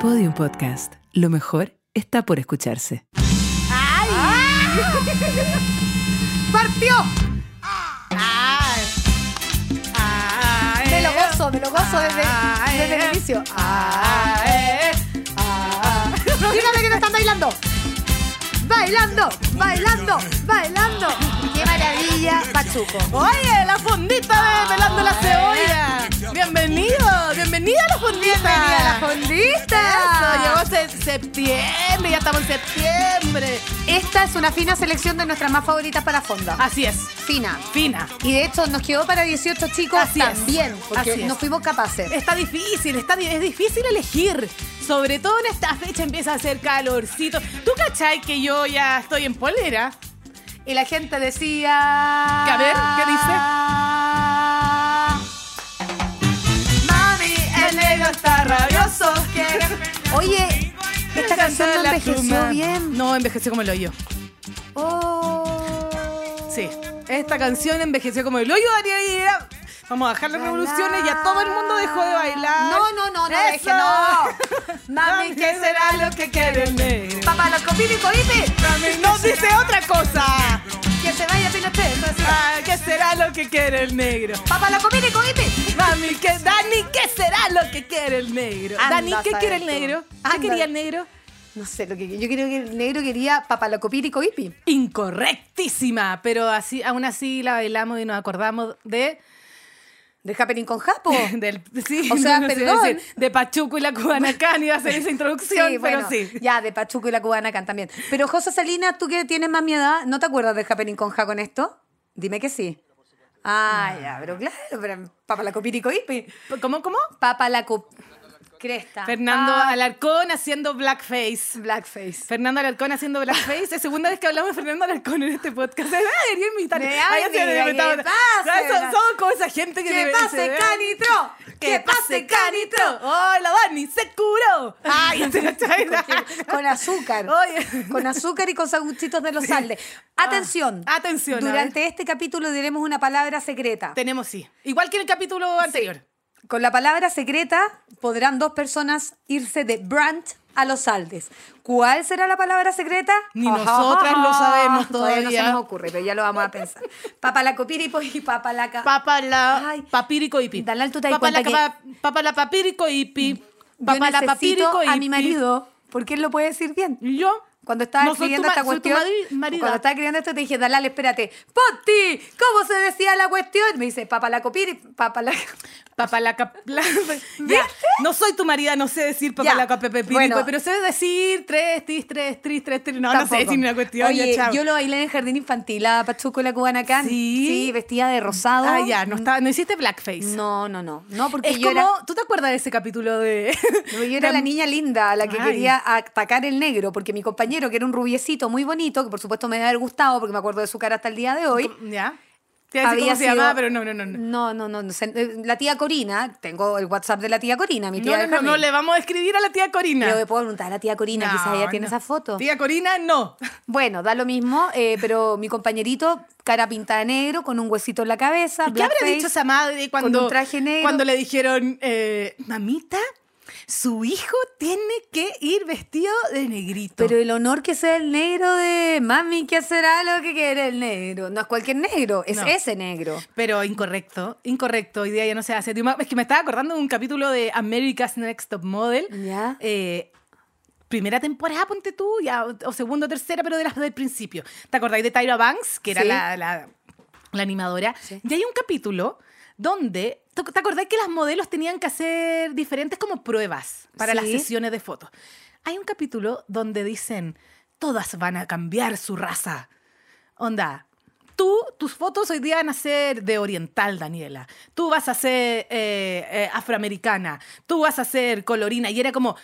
Podium Podcast. Lo mejor está por escucharse. ¡Ay! ¡Partió! ¡Ay! Me lo gozo, me lo gozo desde, Ay, desde eh. el inicio. ¡Ay! ¡Ay! Dígame que no están bailando. Bailando, bailando, bailando. Qué maravilla, Pachuco. Oye, la fondita de Pelando la Cebolla. Bienvenido, bienvenida a la fondita. Bienvenida a la fondita. Eso, llegó se- septiembre, ya estamos en septiembre. Esta es una fina selección de nuestras más favoritas para fonda. Así es, Fina. fina. Y de hecho nos quedó para 18 chicos Así es. también, porque Así es. no fuimos capaces. Está difícil, está, di- es difícil elegir. Sobre todo en esta fecha empieza a hacer calorcito. ¿Tú cachai que yo ya estoy en polera? Y la gente decía. Que a ver, ¿qué dice? Mami, el negro está rabioso. Oye, esta canción no La envejeció pluma. bien. No, envejeció como el hoyo. Oh. Sí. Esta canción envejeció como el hoyo, Daniel Aguilera. Vamos a bajar las revoluciones, ya todo el mundo dejó de bailar. No, no, no, no, Eso. deje, no. Mami, ¿qué será lo que quiere el negro? Papá, los copipico, ¿viste? Mami, nos dice otra cosa. Que se vaya Pinochet. eso sí. Ah, ¿Qué será lo que quiere el negro? Papá, los copipico, ¿viste? Mami, ¿qué, Dani, ¿qué será lo que quiere el negro? Anda Dani, a ¿qué saber quiere el tú. negro? ¿Qué Anda. quería el negro? No sé, lo que, yo creo que el negro quería papá, lo copipico, ¿viste? Incorrectísima, pero así, aún así la bailamos y nos acordamos de... Del happening con Japo. Del, sí, O sea, se iba a perdón. decir de Pachuco y la Cubana Can iba a hacer esa introducción, pero bueno, sí. Ya, de Pachuco y la cubana can también. Pero José Salinas, tú que tienes más mi edad, ¿no te acuerdas del happening con Ja con esto? Dime que sí. Ah, ya, pero claro, pero papá, la copipico, ¿viste? ¿Cómo, cómo? Papá, la cop... Cresta. Fernando Ah, Alarcón haciendo blackface. Blackface. Fernando Alarcón haciendo blackface. Es segunda vez que hablamos de Fernando Alarcón en este podcast. Ay, debería invitar. Me Ay, ay, ya se mira, me que estaba- pase, Son- la- Somos como esa gente que... ¡Que me- pase se- Canitro! ¡Que pase Canitro! ¡Ay, la Dani se curó! ¡Ay, se Con azúcar. Oye. Con azúcar y con sanguchitos de los Andes. Atención. Ah, atención, a ver. Durante este capítulo diremos una palabra secreta. Tenemos sí. Igual que en el capítulo anterior. Con la palabra secreta podrán dos personas irse de Brandt a los Aldes. ¿Cuál será la palabra secreta? Ni nosotras lo sabemos no todavía. se nos ocurre, pero ya lo vamos a pensar. Papalacopiripo y papalaca. Papa la Ay. papirico ipi. Dalal, tú te das Papa la cuenta Mm. capa- papa la papirico ipi. Yo Papa la necesito papirico a ipi. mi marido, porque él lo puede decir bien. Y Yo. Cuando estaba no soy tu escribiendo ma- esta soy tu cuestión, madri- marida. cuando estaba escribiendo esto te dije, Dalal, espérate, Poti, ¿cómo se decía la cuestión? Me dice, papá la copiri, papá la... Papa la cap- la- Ya. No soy tu marida, no sé decir papa Ya. la papirico, Bueno. pero sé decir tres, tis, tres, tris, tres, tres. No, no sé decir ni una cuestión. Oye, ya, chao. yo lo bailé en el jardín infantil, a Pachuco y la cubana Can. Sí. vestida de rosado. Ah, ya, no, estaba, no hiciste blackface. No, no, no, no, porque es yo, como, era, ¿tú te acuerdas de ese capítulo de...? yo era la niña linda, la que Ay. quería atacar el negro, porque mi compañero, que era un rubiecito muy bonito, que por supuesto me debe haber gustado, porque me acuerdo de su cara hasta el día de hoy. ¿Ya? Te iba a decir cómo se sido- llamaba, pero no, no, no. no. No, no, no, no sé, eh, La tía Corina, tengo el WhatsApp de la tía Corina, mi tía No, no, del no, no, jardín. le vamos a escribir a la tía Corina. Yo le puedo preguntar a la tía Corina, No, quizás ella tiene no. esa foto. Tía Corina, no. Bueno, da lo mismo, eh, pero mi compañerito, cara pintada de negro, con un huesito en la cabeza, ¿Qué habrá blackface. dicho esa madre cuando, con un traje negro. cuando le dijeron, eh, mamita, su hijo tiene que ir vestido de negrito? Pero el honor que sea el negro de mami, ¿qué será lo que quiere el negro? No es cualquier negro, es No. ese negro. Pero incorrecto, incorrecto. Hoy día ya no se hace. Es que me estaba acordando de un capítulo de America's Next Top Model. Ya. Eh, primera temporada, ponte tú, ya, o o segunda o tercera, pero de las del principio. ¿Te acordáis de Tyra Banks, que era Sí. la, la- la animadora? Sí. Y hay un capítulo donde. ¿te- ¿Te acordáis que las modelos tenían que hacer diferentes como pruebas para las Sí. sesiones de fotos? Hay un capítulo donde dicen: todas van a cambiar su raza. Onda, tú, tus fotos hoy día van a ser de oriental, Daniela. Tú vas a ser eh, eh, afroamericana. Tú vas a ser colorina. Y era como,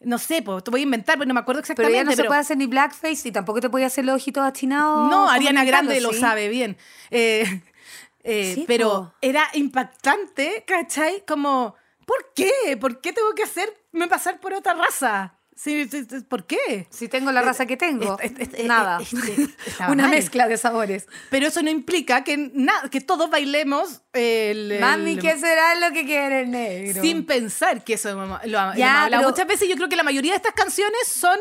no sé, pues, te voy a inventar, pero no me acuerdo Pero exactamente. ya no se pero- puede hacer ni blackface y tampoco te podía hacer los ojitos achinados. no, como Ariana en el Grande palo, lo ¿sí? sabe bien. Eh, eh, Sí, pero po. era impactante, ¿cachai? Como, ¿por qué? ¿Por qué tengo que hacerme pasar por otra raza? Sí, sí, sí, ¿Por qué? Si tengo la raza que tengo. Eh, es- es- es- Nada. es- es- estaba Una mal. mezcla de sabores. Pero eso no implica que, na- que todos bailemos el, el- Mami, ¿qué será lo que quiere el negro? sin pensar que eso hemos, lo, ha- lo Ya, hemos hablado. pero- Muchas veces yo creo que la mayoría de estas canciones son,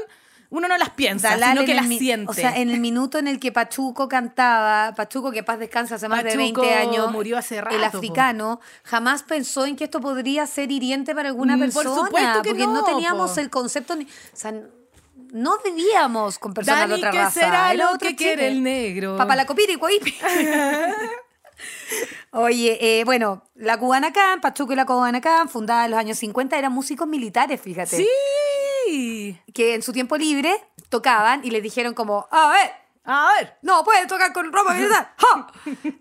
uno no las piensa, Dalal sino en que el las mi- siente. O sea, en el minuto en el que Pachuco cantaba, Pachuco que paz descansa hace más de Pachuco 20 años, murió hace el rato, africano, jamás pensó en que esto podría ser hiriente para alguna Mm, por persona. supuesto que porque no, no, teníamos po. el concepto, ni, o sea, no vivíamos con personas Dani, de otra ¿qué raza. será era lo otro que Chile. quiere el negro? Papá la copira y guaipi. Oye, eh, bueno, la Cubanacan, Pachuco y la Cubanacan, fundada en los años 50, eran músicos militares, fíjate sí. que en su tiempo libre tocaban y les dijeron como, a ver, A ver. no pueden tocar con ropa militar. ¡Ja!".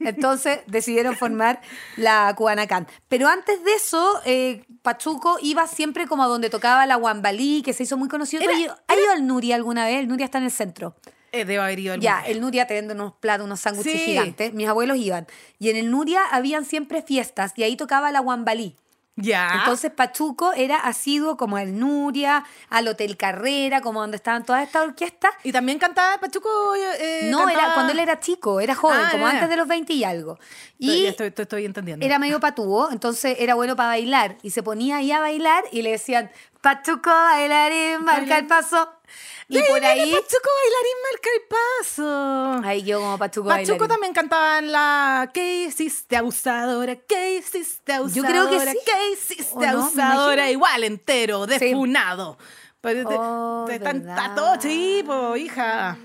Entonces decidieron formar la Cubanacán. Pero antes de eso, eh, Pachuco iba siempre como a donde tocaba la Guambalí, que se hizo muy conocido. Era- ¿Tú has ido- ¿Has ido al Nuria alguna vez? El Nuria está en el centro. Eh, debe haber ido alguna Ya, vez. el Nuria te vende unos platos, unos sándwiches Sí. gigantes. Mis abuelos iban. Y en el Nuria habían siempre fiestas y ahí tocaba la Guambalí. Ya. Entonces Pachuco era asiduo como al Nuria, al Hotel Carrera, como donde estaban todas estas orquestas. y también cantaba Pachuco. eh, No, era cantaba- cuando él era chico, era joven, Ah, como ya, ya. antes de los 20 y algo. Estoy- Y ya estoy, estoy- estoy entendiendo. era medio patúo, entonces era bueno para bailar. Y se ponía ahí a bailar y le decían, Pachuco, bailarín, marca el paso. Y Debe por haber ahí, Pachuco bailarín marca el paso. ahí yo como Pachuco Pachuco bailarín. también cantaba en la ¿Qué hiciste abusadora? ¿Qué hiciste abusadora? Yo creo que sí. ¿Qué ¿O hiciste no? Me abusadora? imagino. Igual entero, defunado. Pero de- Oh, de tan- ¿verdad? a todo tipo, hija.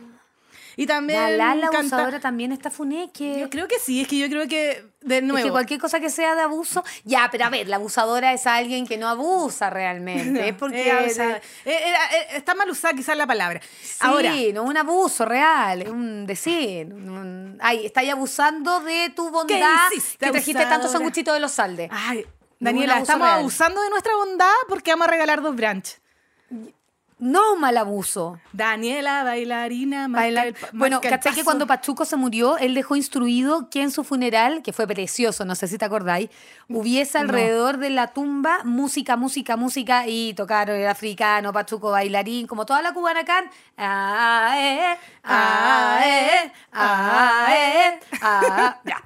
Y también La Lala canta- abusadora también está funeque. Yo creo que sí, es que yo creo que de nuevo. Es que cualquier cosa que sea de abuso, ya, pero a ver, la abusadora es alguien que no abusa realmente. es porque Eh, o sea, eh, era- eh, está mal usada quizás la palabra. Sí, Ahora, no es un abuso real, es un decir. un- Ay, estáis abusando de tu bondad hiciste, que Ah. trajiste tantos abusadora? sanguchitos de los Saldes. No ay, hubo un Daniela, abuso estamos real. abusando de nuestra bondad porque vamos a regalar dos branches. No un mal abuso. Daniela, bailarina, marca Bailar- el pa- bueno, marca el ¿cachai que paso. cuando Pachuco se murió, él dejó instruido que en su funeral, que fue precioso, no sé si te acordáis, hubiese alrededor de la tumba música, música, música, y tocar el africano, Pachuco bailarín, como toda la cubanacán. Ah, eh, ah, eh, ah, eh, ah, ya.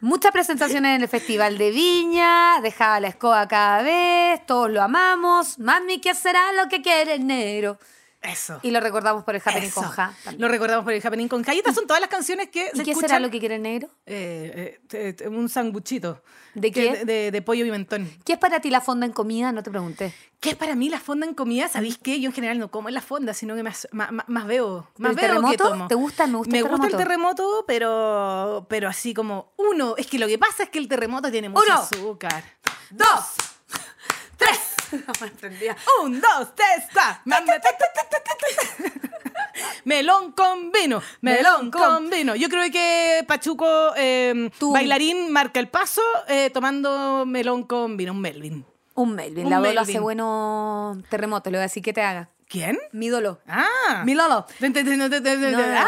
Muchas presentaciones en el Festival de Viña, dejaba la escoba cada vez, todos lo amamos. Mami, ¿qué será lo que quiere el negro? Eso. Y lo recordamos por el Happening eso. con Ja. también. Mm. Lo recordamos por el Happening con Ja. Y estas son todas las canciones que ¿Y se qué escuchan. será lo que quiere el negro? Eh, eh, te- te- un sanguchito. ¿De Que- qué? De, de pollo pimentón. ¿Qué es para ti la fonda en comida? No te pregunté. ¿Qué es para mí la fonda en comida? ¿Sabéis qué? Yo en general no como en la fonda, sino que más, más, más- más veo. Más ¿El veo que terremoto? tomo. ¿Te gusta? Me gusta el gusta el terremoto, pero, pero así como uno. Es que lo que pasa es que el terremoto tiene mucho Uno. azúcar. ¡Dos! ¡Tres! No me entendía. Un, dos, tres, ta. Manda, ta, ta, ta, ta, ta, ta. Melón con vino, melón Melón con- con vino. Yo creo que Pachuco, eh, Tú. bailarín, marca el paso eh, tomando melón con vino, un Melvin. Un Melvin. Un La Dolo Melvin. hace bueno terremoto. Le voy a decir que te haga. ¿Quién? Mi Dolo. Ah. Mi Lolo. Te- te- te- te- te- te- No, no, no. Ah,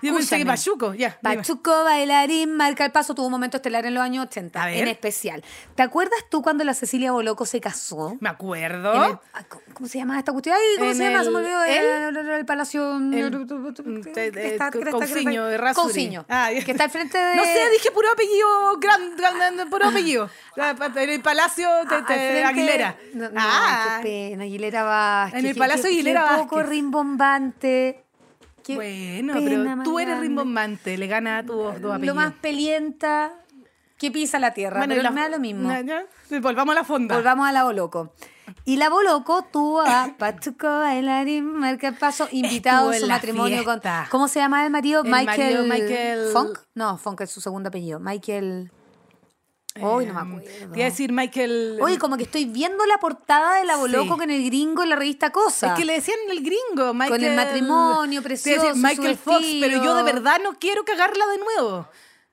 yo pensé Escúchame. que Pachuco, ya. dime. Pachuco, bailarín, marca el paso. Tuvo un momento estelar en los años A 80. ver. En especial. ¿Te acuerdas tú cuando la Cecilia Boloco se casó? Me En el- acuerdo. ah, ¿cómo- ¿Cómo se llama esta cuestión? Ay, ¿Cómo En se llama? se me el- olvidó. El, el- el- el palacio. Mm. te- te- Cresta- co- Cresta- Cousiño Cresta- de Rasuri. Cousiño, Ah, ya. Que está al frente de. No sé, dije puro apellido, gran, gran- gran- puro apellido. La- pa- En el Palacio Ah, de al frente- Aguilera. No, no, ah, qué pena. Aguilera Vázquez. En el qué- Palacio qué- Aguilera Qué poco Vázquez. rimbombante. Qué bueno, pena pero más tú eres grande. rimbombante, le gana a tu dos apellidos. Lo más pelienta que pisa la tierra. Bueno, pero la- me da lo mismo. Ya, ya. Volvamos a la fonda. Volvamos a la Boloco. Y la Boloco tuvo a Pachuco Bailarín, marca el paso, invitado Estuvo en su en la matrimonio fiesta. con. ¿Cómo se llamaba el marido? El Michael, marido Michael- Funk. No, Funk es su segundo apellido. Michael. Hoy no me Eh, acuerdo. Te iba a decir Michael. Oye, como que estoy viendo la portada de la Sí. Boloco con el gringo en la revista Cosa. es que le decían el gringo, Michael. el matrimonio Te iba a precioso, decir su Michael Fox, vestido. pero yo de verdad no quiero cagarla de nuevo.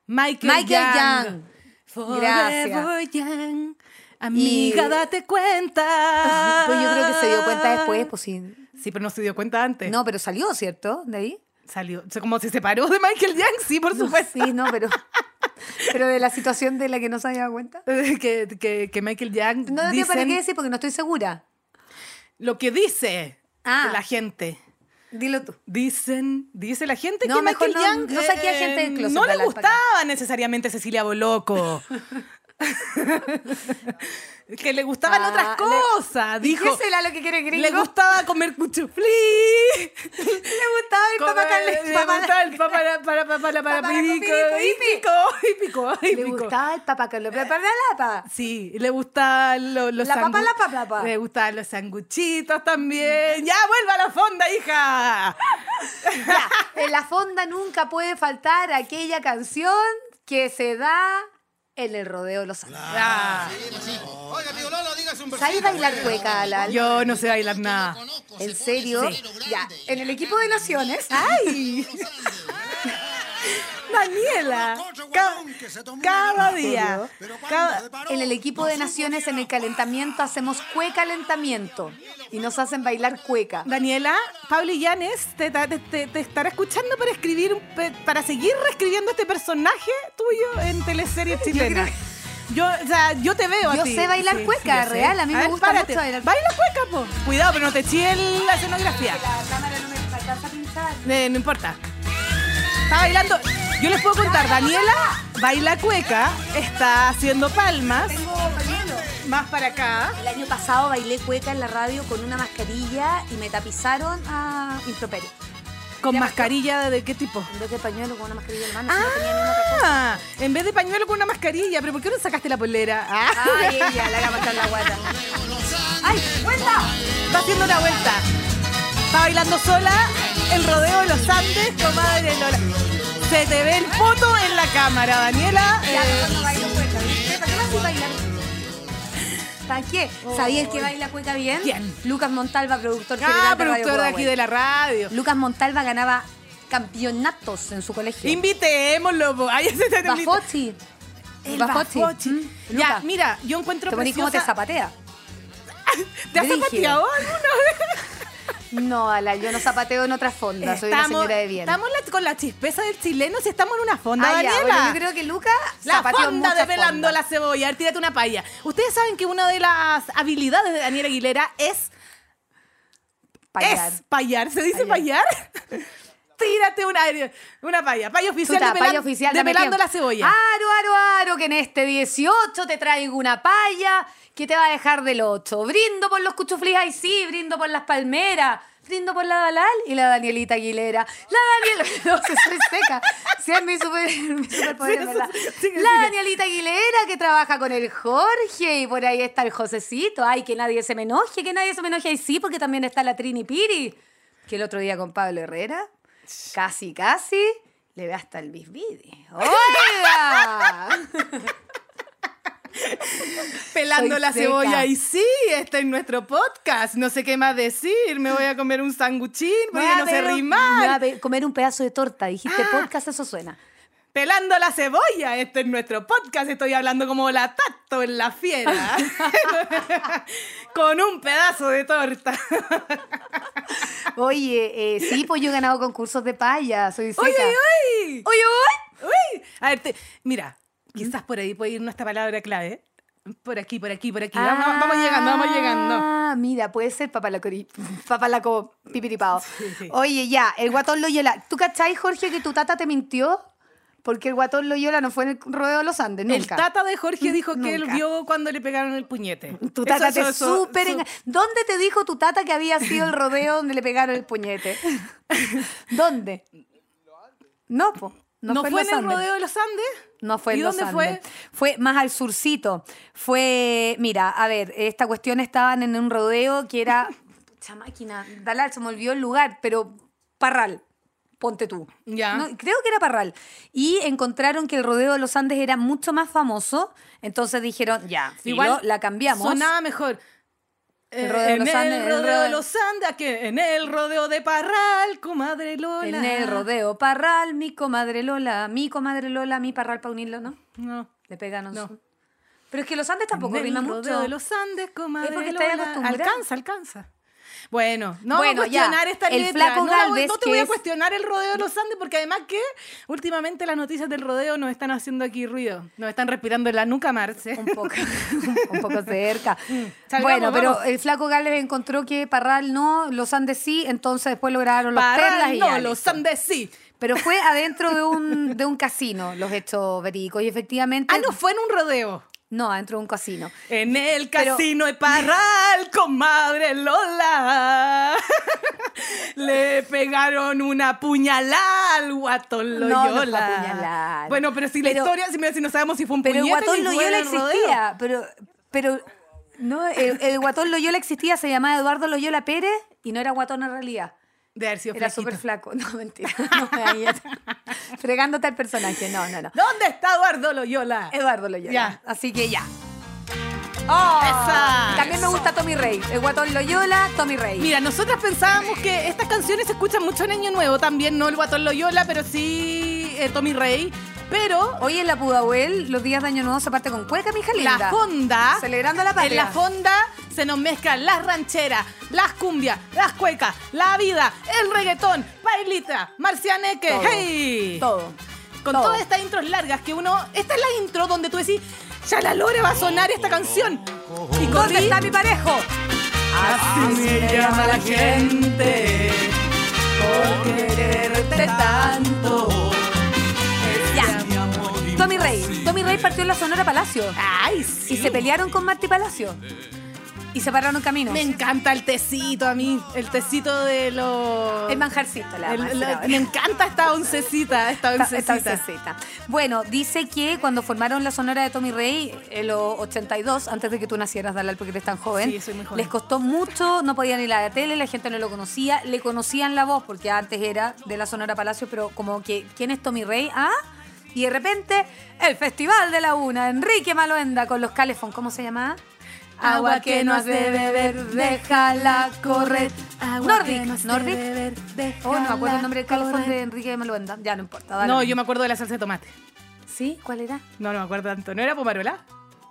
Michael, Michael Young. Young. Forever Gracias. Young. Amiga, Y- date cuenta. Pero Pues yo creo que se dio cuenta después, pues sí. Ah. Sí, pero no se dio cuenta antes. No, pero salió, ¿cierto? De ahí. Salió. o sea, Como se separó de Michael Young, sí, por No, supuesto. sí, no, pero. Pero de la situación de la que no se había dado cuenta. que, que, que Michael Young No, no tengo para dicen qué decir porque no estoy segura. lo que dice Ah. la gente. Dilo tú. Dicen, dice la gente No, que mejor Michael no- Young eh, no saqué a gente del closet, no le Galán, gustaba necesariamente Cecilia Boloco. que le gustaban Ah, otras le- cosas. dijo, Dígesela lo que quiere el gringo. le gustaba comer cuchuflí. le gustaba el Comer- papacale- le papala- gustaba el papala- para- para- para- para- Papala- pirico, pirico, hípico, hípico, Le hípico. gustaba el papacalo. Pero para la papa. Sí, le gustaban lo- los La papa, sangu- la papa, papa. Le gustaban los sanguchitos también. ¡Ya, vuelva a la fonda, hija! Ya, en la fonda nunca puede faltar aquella canción que se da en el rodeo de los Andes. Ah, Oiga, tío Lolo, dígase un ¿Sabes bailar cueca, Lal? yo no sé bailar nada. ¿En serio? Sí. Ya, en el equipo de naciones. ¡Ay! Daniela, ca- cada día, cada- En el equipo de naciones, en el calentamiento, hacemos cuecalentamiento y nos hacen bailar cueca. Daniela, Pablo Illanes te, ta- te- te- te estará escuchando para escribir, un pe- para seguir reescribiendo este personaje tuyo en teleseries chilenas. Yo, o sea, yo te veo a Yo ti. sé bailar cueca, yo sé. real, a mí me ver, gusta mucho bailar- Baila cueca, po. Cuidado, pero no te chille el- la escenografía. cámara no me alcanza a pinchar. Eh, no importa. Está bailando. Yo les puedo contar, Daniela baila cueca, está haciendo palmas. Tengo pañuelo. Más para acá. El año pasado bailé cueca en la radio con una mascarilla y me tapizaron a improperio. ¿Con mascarilla de qué tipo? En vez de pañuelo con una mascarilla en la mano, si no tenía ni una otra cosa. Ah, en vez de pañuelo con una mascarilla, pero ¿por qué no sacaste la polera? Ah, Ay, ella, la haga matar la guata. ¡Ay, vuelta! está haciendo una vuelta. Está bailando sola el rodeo de los Andes, comadre Lola. Se te ve el foto en la cámara, Daniela. Ya, Eh, mejor no bailo cueca, ¿viste? ¿Para qué me haces bailar? ¿Para qué? ¿Sabía el que baila cueca Oh, bien? ¿Quién? Lucas Montalva, productor general ah, de Radio productor de Broadway. aquí de la radio. Lucas Montalva ganaba campeonatos en su colegio. Invitémoslo. po. Ahí se te Bafochi. El Bafochi. Bafochi. Mm, Ya, Lucas, mira, yo encuentro Te poní como te preciosa- zapatea. ¿Te has brígido. zapateado alguna vez? No, Ala, yo no zapateo en otra fonda, soy una señora de bien. estamos la- con la chispeza del chileno si estamos en una fonda, Ah, ya, Daniela. bueno, yo creo que Lucas La zapateó en fonda muchas desvelando fondas. la cebolla. A ver, tírate una palla. Ustedes saben que una de las habilidades de Daniela Aguilera es Payar. Es payar. ¿Se dice payar? Payar. tírate una, una palla. Paya oficial Chuta, de paya oficial, dame develando la tiempo. cebolla. Aro, aro, aro, que en este 18 te traigo una paya que te va a dejar del 8. Brindo por los cuchuflis, ay sí, brindo por las palmeras, brindo por la Dalal y la Danielita Aguilera. La Daniela, no sé, soy seca. Sí, es mi, super, mi superpoder, Sí, en verdad. sí, sí, sí. La Danielita Aguilera que trabaja con el Jorge y por ahí está el Josecito. Ay, que nadie se me enoje, que nadie se me enoje, ay sí, porque también está la Trini Piri. Que el otro día con Pablo Herrera casi, casi, le ve hasta el bisbidi. ¡Oiga! Pelando Soy la seca. cebolla. Y sí, está en nuestro podcast. No sé qué más decir. Me voy a comer un sanguchín porque no sé Me va rimar. a pe- comer un pedazo de torta. Dijiste Ah. podcast, eso suena. Pelando la cebolla. Este es nuestro podcast. Estoy hablando como la tato en la fiera. Con un pedazo de torta. Oye, eh, sí, pues yo he ganado concursos de paya. Soy seca. ¡Uy, uy, uy! Oye, oye. ¡Uy! A ver, te- mira, quizás por ahí puede ir nuestra palabra clave. Por aquí, por aquí, por aquí. Vamos, vamos llegando, vamos llegando. Ah, mira, puede ser papalacori, papalaco pipiripao. sí. Oye, ya, el guatón Loyola. ¿Tú cachai, Jorge, que tu tata te mintió? Porque el guatón Loyola no fue en el rodeo de los Andes, nunca. El tata de Jorge dijo que él Nunca. vio cuando le pegaron el puñete. Tu tata Eso, te eso, eso, súper su- enga- ¿Dónde te dijo tu tata que había sido el rodeo donde le pegaron el puñete? ¿Dónde? No, po. ¿No, en fue Los en el Andes. rodeo de los Andes? No fue en ¿Y Los dónde fue? Andes. Fue más al surcito. Fue, mira, a ver, esta cuestión estaban en un rodeo que era. Pucha máquina, Dalal, se me olvidó el lugar, pero Parral, ponte tú. Ya. No, creo que era Parral. Y encontraron que el rodeo de los Andes era mucho más famoso, entonces dijeron, ya, igual la cambiamos. Sonaba mejor. El Eh, rodeo de en los el Andes, el rodeo rodeo- de los Andes, aquí, en el rodeo de Parral, comadre Lola. En el rodeo parral, mi comadre Lola, mi comadre Lola, mi parral pa' unirlo, ¿no? No. Le pegan No. su- Pero es que los Andes tampoco En el rima rodeo mucho. de los Andes, comadre porque estáis Lola. acostumbrada. Alcanza, alcanza. Bueno, Bueno, no voy a cuestionar ya. esta El letra. flaco no, la voy- Galvez, no te que voy a es- cuestionar el rodeo de los Andes, porque además que últimamente las noticias del rodeo nos están haciendo aquí ruido. Nos están respirando en la nuca, Marce. Un poco, un poco cerca. Salgamos, bueno, pero vamos. el flaco Gales encontró que Parral no, los Andes sí, entonces después lograron los Perlas Para y no, ya los listo. Andes sí. Ah, Pero fue adentro de un, de un casino los hechos verídicos y efectivamente... Ah, no, fue en un rodeo. No, adentro de un casino. En el Pero- casino de Parral, comadre Lola. Le pegaron una puñalada al guatón No, no Loyola. fue apuñalar. Bueno, pero si la Pero- historia, si, me- si no sabemos si fue un Pero el puñete guatón si fue en Loyola el rodeo. existía, pero, pero no, el, el guatón Loyola existía, se llamaba Eduardo Loyola Pérez y no era guatón en realidad. De haber sido Era flaquito. súper flaco. No, mentira. No, ahí ya está. Fregándote al personaje. No, no, no. ¿Dónde está Eduardo Loyola? Eduardo Loyola. Ya. Así que ya. Ah, ¡Esa! También me gusta Tommy Rey. El guatón Loyola, Tommy Rey. Mira, nosotras pensábamos que estas canciones se escuchan mucho en Año Nuevo también, no el guatón Loyola, pero sí eh, Tommy Rey. Pero Hoy en la Pudahuel, los días de Año Nuevo se parte con cueca, mija linda. la fonda. Celebrando la patria. En la fonda se nos mezclan las rancheras, las cumbias, las cuecas, la vida, el reggaetón, bailita, marcianeque, Todo. hey. Todo. Con todo. todas estas intros largas que uno. Esta es la intro donde tú decís, ya la lore va a sonar esta canción. Y ¿Dónde corrí. está mi parejo? Así me llama la gente por quererte tanto. Ya. Tommy Rey. Tommy Rey partió en la Sonora Palacio. Ay, sí. Y se pelearon con Marty Palacio. Y separaron caminos. Me encanta el tecito a mí, el tecito de los... El manjarcito, la El- vamos a la- hacer ahora. me encanta esta oncecita, esta Esta- oncecita. esta oncecita. Bueno, dice que cuando formaron la sonora de Tommy Rey en los 82, antes de que tú nacieras, Dalal, porque eres tan joven, Sí, soy muy joven. les costó mucho, no podían ir a la tele, la gente no lo conocía, le conocían la voz, porque antes era de la Sonora Palacio, pero como que, ¿quién es Tommy Rey? Ah, y de repente, el Festival de la Una, Enrique Maloenda con los Calefón, ¿cómo se llamaba? Agua que no has de beber, déjala correr. Nordic, Nordic. Oh, no me acuerdo el nombre del calefón de Enrique Maloenda. Ya no importa, dale. No, yo me acuerdo de la salsa de tomate. ¿Sí? ¿Cuál era? No, no me acuerdo tanto. ¿No era Pomarola?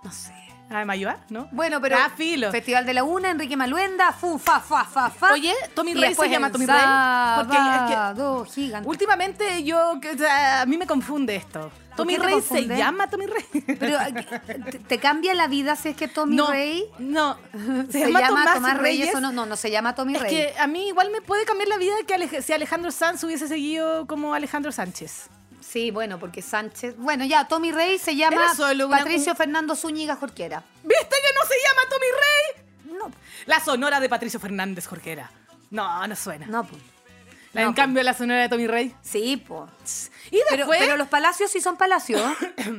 No sé. Ah, Mayuá, ¿no? Bueno, pero. Ah, filo. Festival de la Una, Enrique Maluenda, fu, fa, fa, fa, fa. Oye, Tommy Y Rey se después llama el Tommy Rey, porque es que- sábado gigante. Últimamente yo, que- o sea, a mí me confunde esto. Tommy qué te Rey se confunde? llama Tommy Rey. Pero, eh, ¿te- ¿te cambia la vida si es que Tommy no, Rey no. Se, se, llama, Tomás, Reyes? Reyes. o no? No, no se llama Tommy Es Rey. que a mí igual me puede cambiar la vida que Alej- si Alejandro Sanz hubiese seguido como Alejandro Sánchez. Sí, bueno, porque Sánchez. Bueno, ya, Tommy Rey se llama Era solo una- Patricio un- Fernando Zúñiga Jorquera. ¿Viste que no se llama Tommy Rey? No, La sonora de Patricio Fernández Jorquera. No, no suena. no, pues. La- no, en po. cambio, la sonora de Tommy Rey. Sí, pues. Y Pero, después. pero los palacios sí son palacios.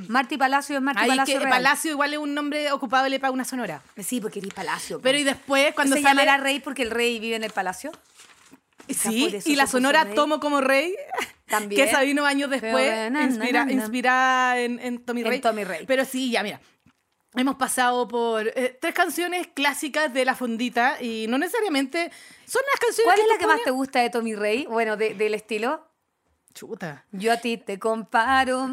Marti Palacio es Marti ahí Palacio que eh, Real. Palacio igual es un nombre ocupable para una sonora. Sí, porque eres Palacio. pues. po. Pero y después, cuando se sale. llamará rey porque el rey vive en el palacio. Sí, por eso y la se puso sonora rey. Tomo como Rey, También. que esa vino años después, Pero, na, na, inspira- na, na. inspirada en, en Tommy En Rey. Tommy Rey. Pero sí, ya, mira. Hemos pasado por eh, tres canciones clásicas de La Fondita y no necesariamente son las canciones ¿Cuál es tú la que más pones- te gusta de Tommy Rey? Bueno, de- del estilo. Chuta. Yo a ti te comparo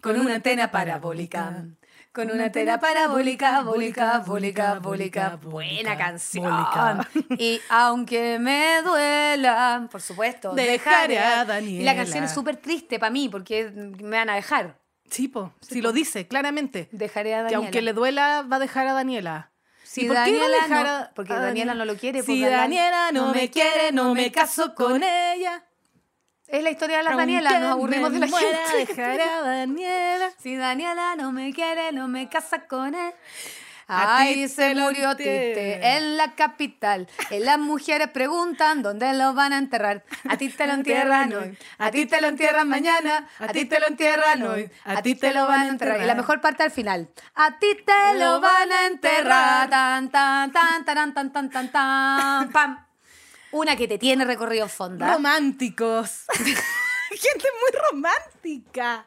con una antena parabólica. Con una antena parabólica, bólica, bólica, bólica. Buena canción. bólica. Y aunque me duela, por supuesto, Dejaré a Y la canción Daniela. es súper triste para mí porque me van a dejar. Sí, po, si lo dice claramente. Dejaré a Que Daniela. aunque le duela, va a dejar a Daniela. Si ¿Y por qué va a Daniela dejar no- a- porque a Daniela no lo quiere, Si porque Daniela Daniela- no me quiere, no me caso con ella. Es la historia de las Danielas, nos aburrimos de la gente. Si Daniela no me quiere, no me casa con él. A Ay, ti se te lo murió entierran. Tite en la capital. Y las mujeres preguntan dónde lo van a enterrar. A ti te lo entierran hoy, a ti te lo entierran mañana, a ti te lo entierran hoy, a ti te lo van a enterrar. Y la mejor parte al final. A ti te lo van a enterrar. Tan, tan, tan, tan, tan, tan, tan, tan, pam. Una que te tiene recorrido ¿eh? fonda. Románticos. Gente muy romántica.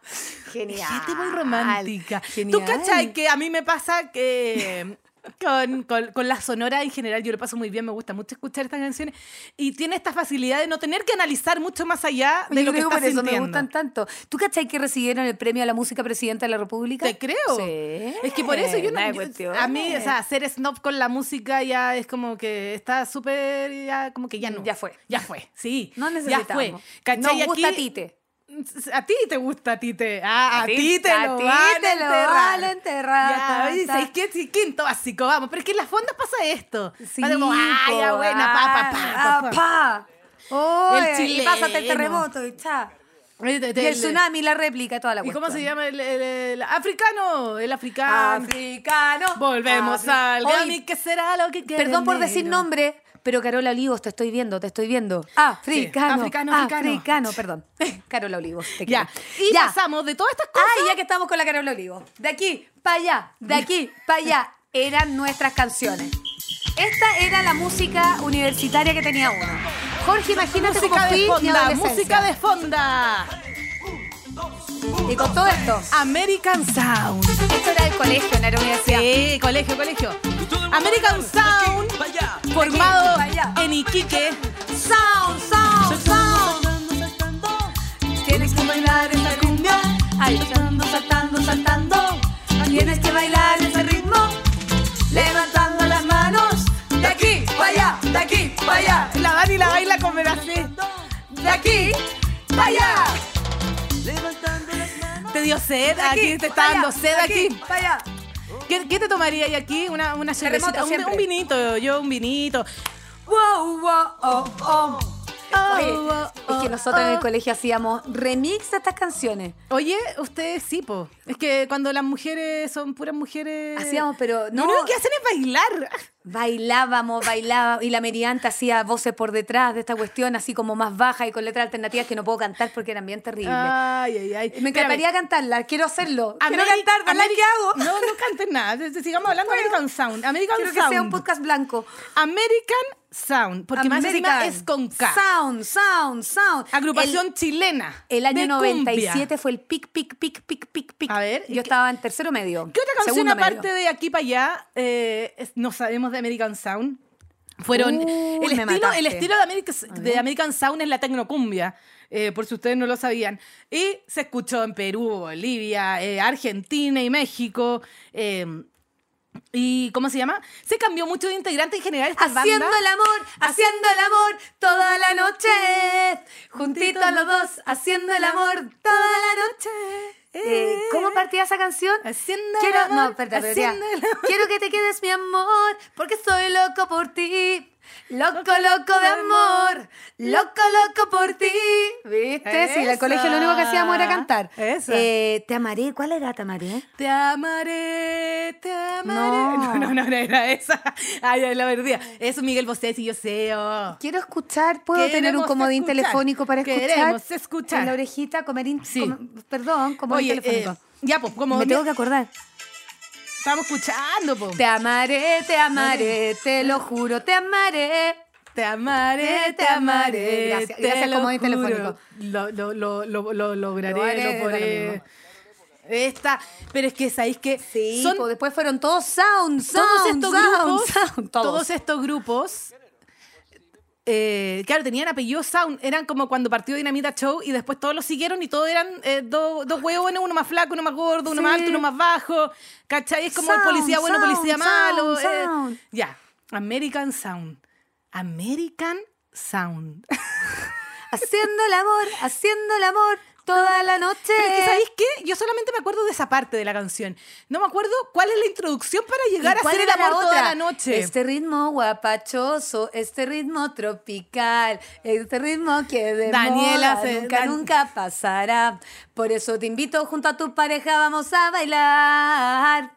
Genial. Gente muy romántica. Genial. ¿Tú cachai que a mí me pasa que con, con- con la sonora en general. Yo lo paso muy bien, me gusta mucho escuchar estas canciones. Y tiene esta facilidad de no tener que analizar mucho más allá de Yo lo que creo está por eso me sintiendo. gustan tanto. ¿Tú cachai que recibieron el premio a la música presidenta de la República? Te creo. Sí. Es que por eso yo no. Nada de yo- cuestiones. a mí, o sea, ser snob con la música ya es como que está súper. Ya, como que ya no. Ya fue. Ya fue, sí. No Ya fue. necesitamos. ¿Cachai? Nos gusta Aquí- Tite. A ti te gusta, Tite. Ah, a, A ti- ti te a lo ti van te lo a enterrar. van a enterrar, Ya, oye, tanta. ¿sabes qué? Sí, quinto básico, vamos. Pero es que en las fondas pasa esto. Sí, Pasa como, ay, po, ya buena, pa, pa, pa, ah, pa, pa. pa. Oh, El y pásate el chileno. terremoto y cha. Oye, te- te- Y el le- tsunami, la réplica, toda la ¿Y cómo se cuestión. llama el, el- el africano? El africano. Africano. Volvemos Afri- al Oye, Grammy, que será lo que quiere Perdón por el decir negro? nombre, pero Carola Olivos, te estoy viendo, te estoy viendo. Africano. Ah, africano, africano. africano. perdón. Carola Olivos, te Ya. quiero. Y ya. pasamos de todas estas cosas. Ay, Ah, ya que estamos con la Carola Olivos. De aquí para allá, de aquí para allá, eran nuestras canciones. Esta era la música universitaria que tenía uno. Ah, Jorge, imagínate cómo música de fui mi fonda, adolescencia. música de fonda. Y con todo esto, American Sound. esto era del colegio, no era universidad. Sí, colegio, colegio. American Sound, formado en Iquique. Sound, sound, sound. Tienes que bailar esta cumbia, ay, saltando, saltando, saltando. Tienes que bailar ese ritmo, levantando las manos. De aquí para allá, de aquí para allá, La Dani la baila con Veracé. de aquí para allá. Te dio sed, De aquí te está pa' dando allá, sed de aquí. pa' allá. ¿Qué, qué te tomaría ahí aquí? Una, una Terremoto cervecita, un, siempre. un vinito, yo un vinito. Wow, wow, oh, oh. Oye, Oh, oh, es que oh, nosotros en el oh. colegio hacíamos remix a estas canciones. Oye, ustedes sí, po. Es que cuando las mujeres son puras mujeres. Hacíamos, pero no. Lo único que hacen es bailar. Bailábamos, bailábamos, y la Merianta hacía voces por detrás de esta cuestión, así como más baja y con letras alternativas que no puedo cantar porque eran bien terribles. Ay, ay, ay. Me encantaría Ah, Espérame. cantarla, quiero hacerlo. quiero Ameri- cantar, ¿verdad? Ameri- ¿Qué hago? No, no cantes nada. Des- des- Sigamos hablando de American Sound. American quiero que Sound. sea un podcast blanco. American Sound. Porque más encima American. es con K. Sound, sound, sound. Agrupación chilena. El, el de año cumbia. 97 fue el pic, pic, pic, pic, pic, pic. A ver, ¿y qué- Yo estaba en tercero medio. ¿Qué otra canción segundo aparte medio. de aquí para allá eh, es- no sabemos de American Sound? Fueron Uy, el, me estilo, el mataste. estilo de, America- de American Sound es la tecnocumbia, eh, por si ustedes no lo sabían. Y se escuchó en Perú, Bolivia, eh, Argentina y México. eh, ¿Y cómo se llama? Se cambió mucho de integrante en general esta Haciendo banda. el amor, haciendo el amor toda la noche. Juntitos los dos, haciendo el amor toda la noche. Eh, ¿Cómo partía esa canción? Haciendo Quiero, el amor, no, espérate, pero ya. haciendo el amor. Quiero que te quedes mi amor, porque estoy loco por ti. Loco, loco de amor, loco, loco por ti. ¿Viste? Sí, en el Esa. colegio lo único que hacíamos era cantar. Esa. Eh, te amaré, ¿cuál era te amaré? Te amaré, te amaré. No, No. no, no, no era esa. Ay, ay, la verdad. Eso Miguel Bosé, si yo sé. oh. Quiero escuchar, puedo tener un Queremos comodín escuchar. telefónico para escuchar. Queremos escuchar. En la orejita, comerín. Sí. com- perdón, comodín Oye, eh, telefónico. ya, pues, como Me tengo que acordar. estamos escuchando, pues. Te amaré, te amaré, te lo juro, te amaré. Te amaré, te amaré. Eh, Gracias, te gracias, lo comodín juro. telefónico. Lo, lo, lo, lo, lo lograré, Lo haré, da lo lo podré. mismo. Esta, pero es que sabéis que Sí, son po, después fueron todos sound, sound, todos estos sound, grupos, sound, todos. todos. estos grupos, eh, claro, tenían apellido Sound, eran como cuando partió Dinamita Show y después todos los siguieron y todos eran eh, dos dos huevones, uno más flaco, uno más gordo, uno más Sí. alto, uno más bajo, ¿cachai? Es como Sound, policía bueno, sound, policía sound, malo. eh, sound. Ya, American Sound, American Sound. Haciendo el amor, haciendo el amor toda la noche. Pero es que, ¿sabéis qué? Yo solamente me acuerdo de esa parte de la canción. No me acuerdo cuál es la introducción para llegar ¿Y a cuál hacer el era la amor toda otra? la noche. Este ritmo guapachoso, este ritmo tropical, este ritmo que de Daniela moda se- nunca, Dan- nunca pasará. Por eso te invito junto a tu pareja, vamos a bailar.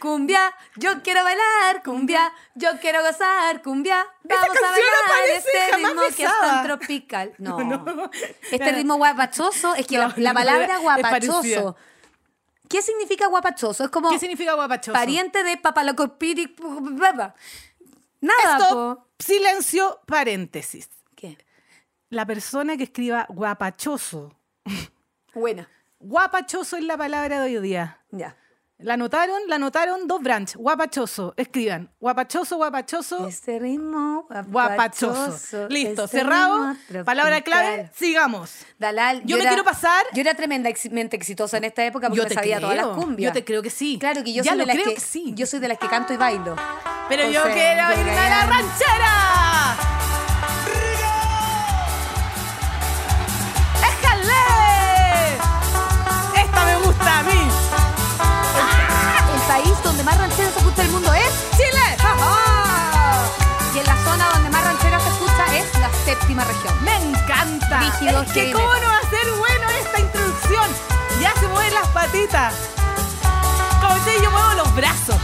Cumbia, yo quiero bailar, cumbia, yo quiero gozar, cumbia, vamos a canción bailar aparece, este jamás ritmo que es besada. tan tropical. No, no. este ritmo guapachoso, es que la, No, la no, palabra es parecida. guapachoso, ¿qué significa guapachoso? Es como ¿Qué significa guapachoso? pariente de papalocopiri. Nada, Stop, po. silencio, paréntesis. ¿Qué? La persona que escriba guapachoso. Buena. Guapachoso es la palabra de hoy día. Ya. La anotaron, la anotaron dos branch. Guapachoso. Escriban. Guapachoso, guapachoso. Este ritmo Guapachoso. Listo, este cerrado. ritmo tropical. Palabra clave, sigamos. Dalal, Yo me quiero pasar- Yo era tremendamente exitosa en esta época porque Yo me te sabía todas las creo, cumbias. yo te creo que sí. Claro que yo Ya soy lo de las creo que, que sí. Yo soy de las que canto y bailo. Pero yo Entonces, quiero yo irme a la ya- ranchera. ¡Éjale! Esta me gusta a mí. El país donde más rancheras se escucha el mundo es Chile. ¡Ajá! Y en la zona donde más rancheras se escucha es la séptima región. Me encanta. Brígido es que heavy cómo metal. no va a ser bueno esta introducción. Ya se mueven las patitas. Como si yo muevo los brazos.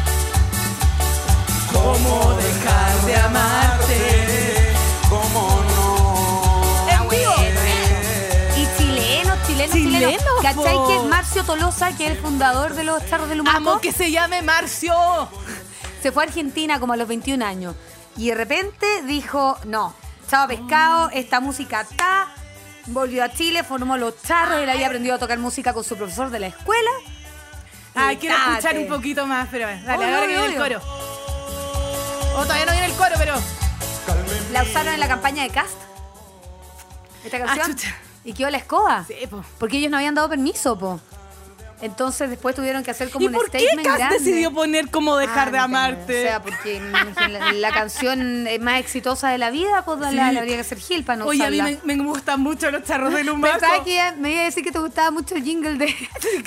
¿Cómo dejar de amarte? ¿Cómo no? En vivo. Y chilenos, chilenos, chilenos. Chilenos, ¿Cachai po. que Marcio Tolosa, que es el fundador de los Charros del Humaco, Amo que se llame Marcio. se fue a Argentina como a los 21 años? Y de repente dijo, no, chao pescado, esta música está. Volvió a Chile, formó los charros, él había aprendido a tocar música con su profesor de la escuela. Ay, Ah, quiero Date. escuchar un poquito más, pero dale, Obvio, ahora que viene el obvio, coro. O todavía no viene el coro, pero. La usaron en la campaña de Cast. Esta canción. Ah, chucha. y quedó la escoba. Sí, po. Porque ellos no habían dado permiso, po. Entonces después tuvieron que hacer como ¿Y un por qué statement Cass grande. decidió poner como dejar Ah, de no tengo amarte? idea. O sea, porque mm, la, la canción es más exitosa de la vida, pues la, Sí. la habría que ser Gil para no Oye, a mí usarla. me, me gustan mucho los charros de lumbaco. Pensaba que ya me iba a decir que te gustaba mucho el jingle de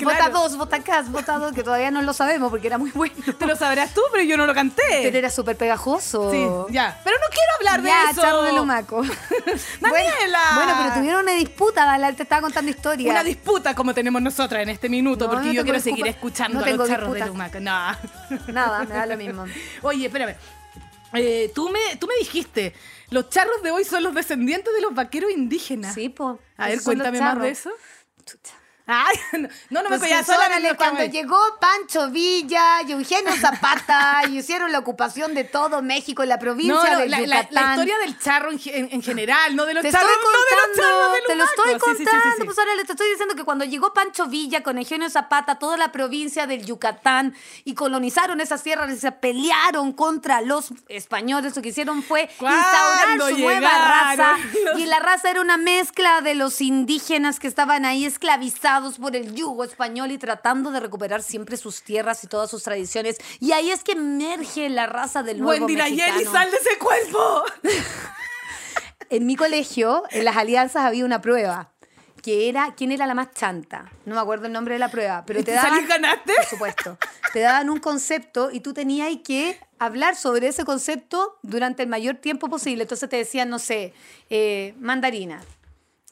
Vota claro. dos, vota cas, vota dos, que todavía no lo sabemos porque era muy bueno. Te lo sabrás tú, pero yo no lo canté. Pero era súper pegajoso. Sí, ya. Pero no quiero hablar de Ya, eso. Charro de Lumaco. Daniela. Bueno, bueno, pero tuvieron una disputa, Dalal, te estaba contando historia. Una disputa como tenemos nosotras en este minuto, No, porque no yo tengo quiero disculpa. seguir escuchando No a tengo los charros disputa. de Lumaco. No. Nada, me da lo mismo. Oye, espérame. Eh, tú, me, tú me dijiste, los charros de hoy son los descendientes de los vaqueros indígenas. Sí, po. A ver, Esos son los cuéntame más charros. de eso. Chucha. Ay, no, no, no me Pues voy a González, sola en los cuando camellos. llegó Pancho Villa y Eugenio Zapata y hicieron la ocupación de todo México y la provincia No, no, de la, la- la Yucatán. historia del charro en, ge- en- en general, no de los te estoy charros, no de los charros contando, de te lo estoy Lumaco. contando, Sí, sí, sí, sí, sí. pues ahora le te estoy diciendo que cuando llegó Pancho Villa con Eugenio Zapata, toda la provincia del Yucatán y colonizaron esas tierras y se pelearon contra los españoles, lo que hicieron fue instaurar ¿Cuándo su nueva llegaron raza los- y la raza era una mezcla de los indígenas que estaban ahí esclavizados por el yugo español y tratando de recuperar siempre sus tierras y todas sus tradiciones y ahí es que emerge la raza del nuevo Wendy Nayeli, mexicano. sal de ese cuerpo. En mi colegio, en las alianzas había una prueba que era quién era la más chanta. No me acuerdo el nombre de la prueba, pero te daban ¿Salís ganaste? por supuesto. Te daban un concepto y tú tenías que hablar sobre ese concepto durante el mayor tiempo posible. Entonces te decían, no sé, eh, mandarina.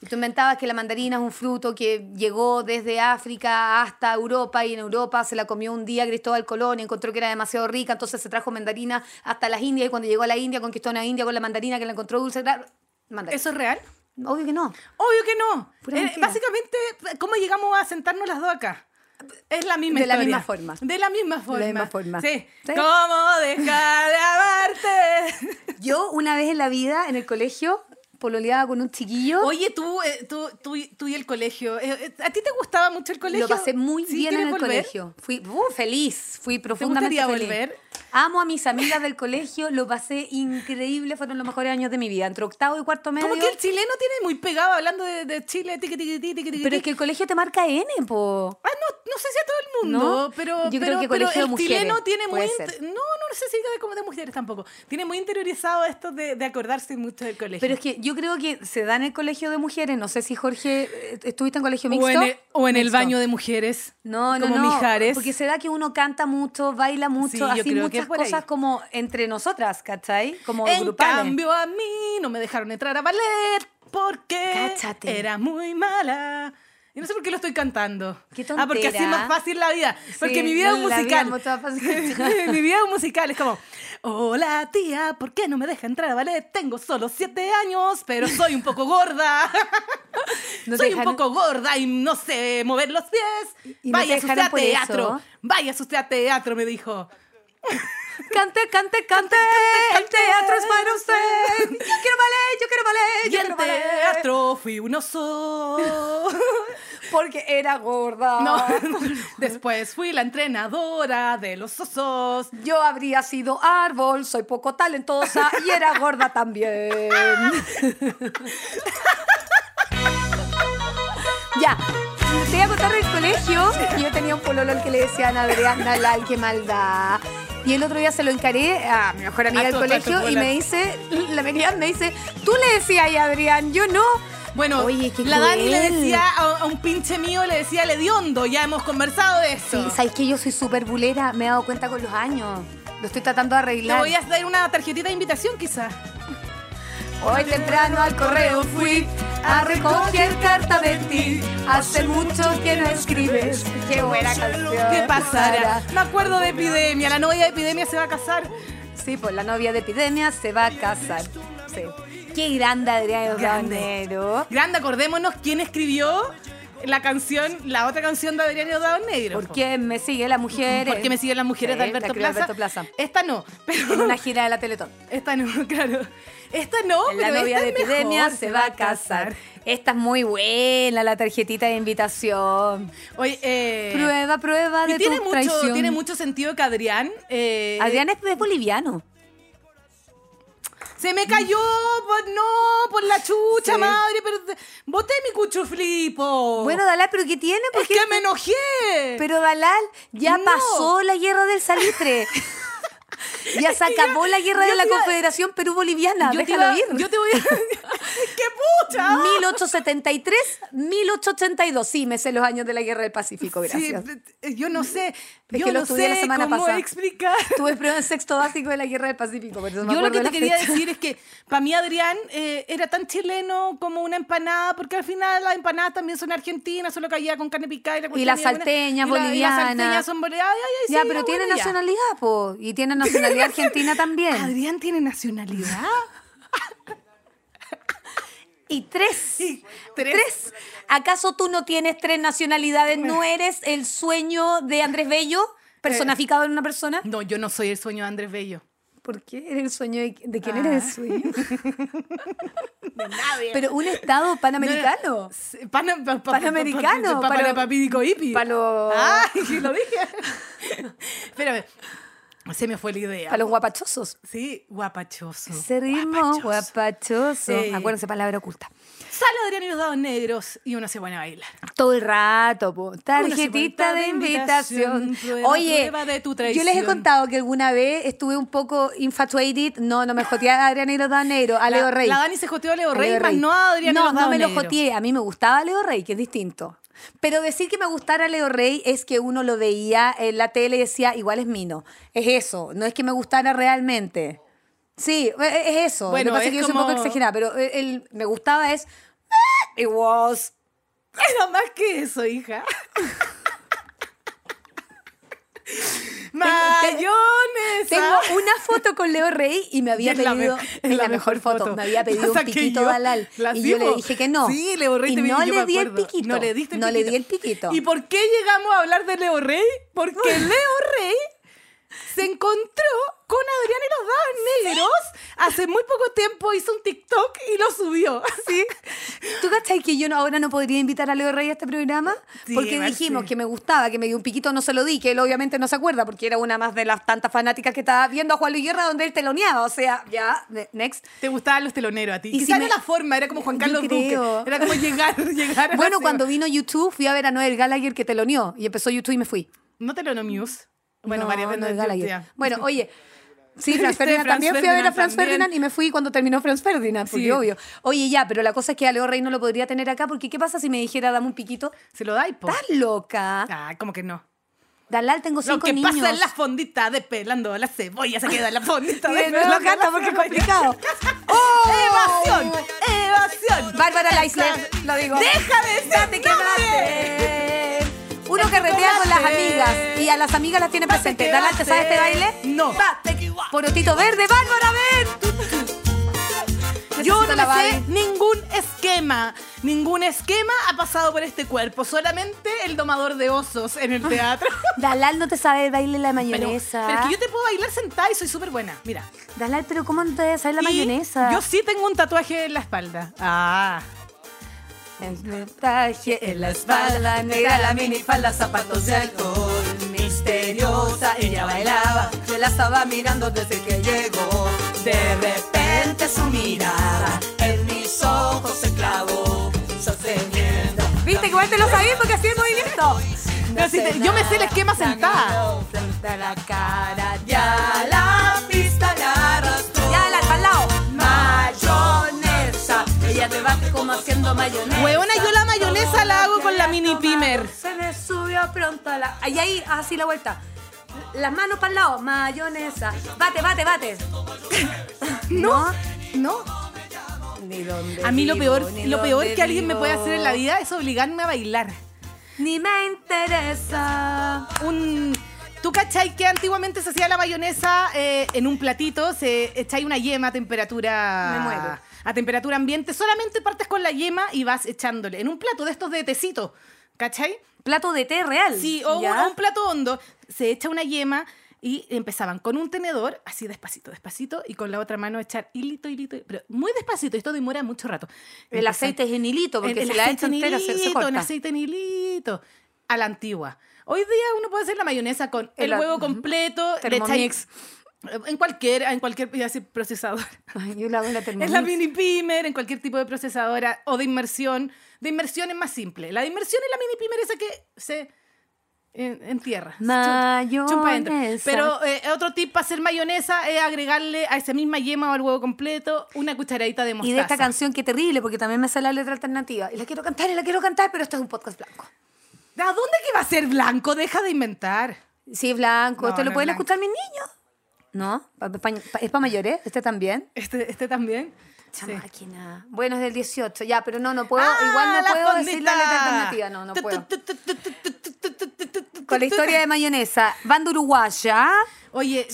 Y tú inventabas que la mandarina es un fruto que llegó desde África hasta Europa y en Europa se la comió un día Cristóbal Colón y encontró que era demasiado rica, entonces se trajo mandarina hasta las Indias y cuando llegó a la India conquistó a una India con la mandarina que la encontró dulce. claro, Mandarina. ¿Eso es real? Obvio que no. Obvio que no. Pura Eh, mentira. básicamente, ¿cómo llegamos a sentarnos las dos acá? Es la misma De la historia. misma forma. De la misma forma. misma forma. Sí. Sí. ¿Cómo dejar de amarte? Yo una vez en la vida, en el colegio, pololeaba con un chiquillo. Oye, tú, eh, tú, tú, y- tú y el colegio. eh, eh, ¿A ti te gustaba mucho el colegio? Lo pasé muy ¿Sí? bien en ¿Quieres el volver? colegio. Fui uh, feliz, fui profundamente gustaría feliz. volver? Amo a mis amigas del colegio, lo pasé increíble, fueron los mejores años de mi vida, entre octavo y cuarto medio. Como que el chileno tiene muy pegado hablando de, de Chile, tiqui, tiqui, tiqui, tiqui, Pero es que el colegio te marca N, po. Ah, no, no sé si a todo el mundo, ¿No? pero, Yo creo pero- que pero colegio de el mujeres, chileno tiene muy... puede inte- ser. No, no, no sé si de, como de mujeres tampoco. Tiene muy interiorizado esto de, de acordarse mucho del colegio. Pero es que yo creo que se da en el colegio de mujeres. No sé si Jorge, eh, ¿estuviste en colegio mixto? o en, el, o en el Mixto. baño de mujeres. No, no, como no. Mijares. Porque se da que uno canta mucho, baila mucho, Sí, yo así creo que es muchas por ahí. cosas como entre nosotras, ¿cachai? Como en grupales. cambio a mí no me dejaron entrar a ballet porque Cáchate. era muy mala. Y no sé por qué lo estoy cantando. Qué Ah, porque así es tontera. más fácil la vida. Porque Sí, mi vida es un la- la vida musical. es mucho más fácil. mi vida es un musical. Es como, hola tía, ¿por qué no me deja entrar a ballet? Tengo solo siete años, pero soy un poco gorda. No te soy dejaron- un poco gorda y no sé mover los pies. Y no te Vaya a dejaron a por teatro. eso. Vaya a a teatro, me dijo. Cante, cante, cante, el teatro es para usted. Yo quiero ballet, yo quiero ballet, Y yo en quiero ballet. teatro fui un oso. Porque era gorda. No. Después fui la entrenadora de los osos. Yo habría sido árbol, soy poco talentosa y era gorda también. ya. Te voy a contar del colegio. que Yo tenía un pololo al que le decían Adriana Lal, qué maldad. Y el otro día se lo encaré a mi mejor amiga A del tu- a tu colegio y polola. me dice, la Miriam me dice, tú le decías a Adrián, yo no. Bueno, Oye, qué la Dani le cruel. decía a, a un pinche mío, le decía el hediondo. Ya hemos conversado de Sí, eso. sabes que yo soy súper bulera, me he dado cuenta con los años. Lo estoy tratando de Le arreglar. voy a dar una tarjetita de invitación, quizás. Hoy temprano al correo fui a recoger carta de ti. Hace mucho que no escribes. Qué buena canción. ¿Qué pasará? Me acuerdo de Epidemia. La novia de Epidemia se va a casar. Sí, pues la novia de epidemia se va a casar. Sí. Qué grande Adrián Granero. Grande, acordémonos quién escribió la canción, la otra canción de Adrián Eduardo Negro. ¿Por qué me sigue la mujer? Porque me siguen las mujeres Sí, la de Alberto escribió Plaza. Alberto Plaza. Esta no, En pero una gira de la Teletón. esta no, claro. Esta no, La pero novia esta de es mejor, epidemia se va a casar. Esta es muy buena, la tarjetita de invitación. Oye, eh, Prueba, prueba de y tiene tu mucho, traición. tiene mucho sentido que Adrián. eh, Adrián es, es boliviano. Se me cayó, por, no, por la chucha, Sí. madre, pero te- boté mi cuchuflipo. Bueno, Dalal, ¿pero qué tiene? Oh. es Porque, que me enojé. Pero Dalal, ya No. pasó la guerra del salitre. ya se acabó la guerra de yo la te iba- Confederación Perú-Boliviana. yo, te Déjalo iba- ir. yo te voy a. ¡Qué pucha! 1873, 1882. Sí, me sé los años de la guerra del Pacífico, Sí, gracias. eh, yo no sé. Es yo que lo no estudié sé la semana cómo pasada. explicar. Tuve prueba en sexto básico de la guerra del Pacífico, por eso me Yo lo acuerdo que te la quería fecha. decir es que para mí Adrián eh, era tan chileno como una empanada, porque al final las empanadas también son argentinas, solo caía con carne picada. Y las salteñas Y las bolivianas. salteñas son bolivianas. Ay, ay, Ya, sí, pero tiene bueno, ya. nacionalidad, po. Y tiene nacionalidad argentina también. ¿Adrián tiene nacionalidad? Y tres. tres. Tres. ¿Acaso tú no tienes tres nacionalidades? ¿No eres el sueño de Andrés Bello Eh. personificado en una persona? No, yo no soy el sueño de Andrés Bello. ¿Por qué? ¿Eres el sueño de, de quién Ah. eres el sueño? Pero un Estado panamericano. Sí, pana- pa- pa- Panamericano, pa- pa- palo- Para papidico hippie. pa' lo- Ah, lo dije. Espérame. Se me fue la idea. Para los guapachosos. Sí, guapachoso. Ese ritmo, guapachoso. guapachoso. Sí. Acuérdense, palabra oculta. Sale Adrián y los dados negros y uno se pone a bailar. Todo el rato, po. Tarjetita secuencia de de invitación. invitación, prueba- Oye, prueba de tu yo les he traición. contado que alguna vez estuve un poco infatuated. No, no me joteé a Adrián y los Dados Negros, a Leo la, Rey. la Dani se joteó a Leo A Rey, Leo más Rey. no a Adrián y No, los no dados me lo negros. joteé. A mí me gustaba Leo Rey, que es distinto. Pero decir que me gustara Leo Rey es que uno lo veía en la tele y decía, igual es Mino. Es eso, no es que me gustara realmente. Sí, e- e- es eso. Bueno, lo que Bueno, pasa es es que yo soy un poco como- exagerada, pero el, el- me gustaba es... "Ah, It was Era más que eso, hija. Mayones. ah. Tengo una foto con Leo Rey y me había es la pedido. me- es es la, mejor foto. Me había pedido un Pasa que piquito yo Dalal. la Y yo le sigo. dije que no. Sí, Leo Rey y te no pidió, yo le me di el acuerdo. piquito. No le diste el No piquito. di el piquito. ¿Y por qué llegamos a hablar de Leo Rey? Porque Leo Rey se encontró con Adrián y los Dados Negros hace muy poco tiempo, hizo un TikTok y lo subió. Sí. ¿Tú cachai que yo no- ahora no podría invitar a Leo Rey a este programa? Sí, porque Marce. dijimos que me gustaba, que me dio un piquito, no se lo di, que él obviamente no se acuerda porque era una más de las tantas fanáticas que estaba viendo a Juan Luis Guerra donde él teloneaba. O sea, ya, ne- next. Te gustaban los teloneros a ti. Y Quizá si era me- la forma, era como Juan Yo Carlos Duque. creo. Era como llegar, llegar a la Bueno, cima. cuando vino YouTube fui a ver a Noel Gallagher que teloneó y empezó YouTube y me fui. ¿No telonó Muse? Bueno, No, varias veces. no es yo- Gallagher. ya. Bueno, oye. Sí, Franz Este, Ferdinand Franz también fui a ver a Ferdinand Franz también. Ferdinand y me fui cuando terminó Franz Ferdinand, porque Sí. obvio. Oye, ya, pero la cosa es que a Leo Rey no lo podría tener acá, porque ¿qué pasa si me dijera dame un piquito? Se lo da y po. ¡Estás loca! Ah, como que no. Dalal, tengo Oh. Lo cinco que niños. pasa en la fondita de pelando la cebolla se queda en la fondita Y de de nuevo pelando canta la porque es cebolla. complicado. ¡Oh! ¡Evasión! ¡Evasión! Bárbara Leisler, lo digo. ¡Deja de ser ¡Date que nombre! mate! Uno que retea con las amigas y a las amigas las tiene Date presentes. que Dalal, ¿te sabes este mate. baile? No. Date que- Porotito verde, Bárbara, ven. Yo no la me sé Barbie. ningún esquema. Ningún esquema ha pasado por este cuerpo. Solamente el domador de osos en Ah, el teatro. Dalal no te sabe el baile de la Pero, pero es mayonesa. que yo te puedo bailar sentada y soy súper buena. Mira. Dalal, pero ¿cómo no te sabe la Y mayonesa? Yo sí tengo un tatuaje en la espalda. Ah. Me traje en la espalda negra la minifalda, zapatos de alcohol. Misteriosa, ella bailaba, yo la estaba mirando desde que llegó. De repente su mirada en mis ojos se clavó. ¿Viste que igual te lo sabías porque hacía el movimiento? No, si te- yo me sé el esquema sentada. Frente a la cara, ya la pista la arrastró. Ya la al lado. Mayonesa, ella te bate como haciendo mayonesa. Huevona, yo la mayonesa la hago con la mini pimer. Se me subió pronto a la. Ahí, ahí, así la vuelta. Las manos para el lado, mayonesa. Bate, bate, bate. no, No. ni dónde A mí lo vivo, peor, pues, ni lo peor dónde que alguien me puede vivo. hacer en la vida es obligarme a bailar. Ni me interesa. un. ¿Tú cachai que antiguamente se hacía la mayonesa eh, en un platito? Se echáis una yema a temperatura. Me muero. A temperatura ambiente. Solamente partes con la yema y vas echándole. En un plato de estos de tecito. ¿Cachai? Plato de té real. Sí, o un, ¿Ya? o un plato hondo. Se echa una yema y empezaban con un tenedor, así despacito, despacito, y con la otra mano echar hilito, hilito, pero muy despacito. Esto demora mucho rato. El aceite es en hilito, porque si la echa aceite en entera se, se hilito, corta. El aceite en hilito. A la antigua. Hoy día uno puede hacer la mayonesa con el, El a- huevo completo, le Thermomix. echáis- En cualquier, en cualquier iba a decir, procesador. Ay, yo la hago en la En la Thermomix. mini pimer, en cualquier tipo de procesadora o de inmersión. De inmersión es más simple. La de inmersión es la mini pimer esa que se en- entierra. se chum- chumpa adentro. Mayonesa. Pero eh, otro tip para hacer mayonesa es agregarle a esa misma yema o al huevo completo una cucharadita de mostaza. Y de esta canción que terrible, porque también me sale la letra alternativa. Y la quiero cantar, y la quiero cantar, pero esto es un podcast blanco. ¿A dónde que va a ser blanco? Deja de inventar. Sí, blanco. No, ¿Esto no lo es pueden blanco. escuchar mis niños? ¿No? pa- pa- pa- ¿Es para mayores? ¿Este también? Este, este también. Esa Sí. máquina. Bueno, es del 18. Ya, pero no, no puedo. Ah, igual no la puedo decir la letra fondita. alternativa. No, no Tu, puedo. tu, tu, tu, tu, tu, tu, tu, tu, tu, tu, tu, Con la tu, historia de mayonesa. Banda uruguaya. Oye,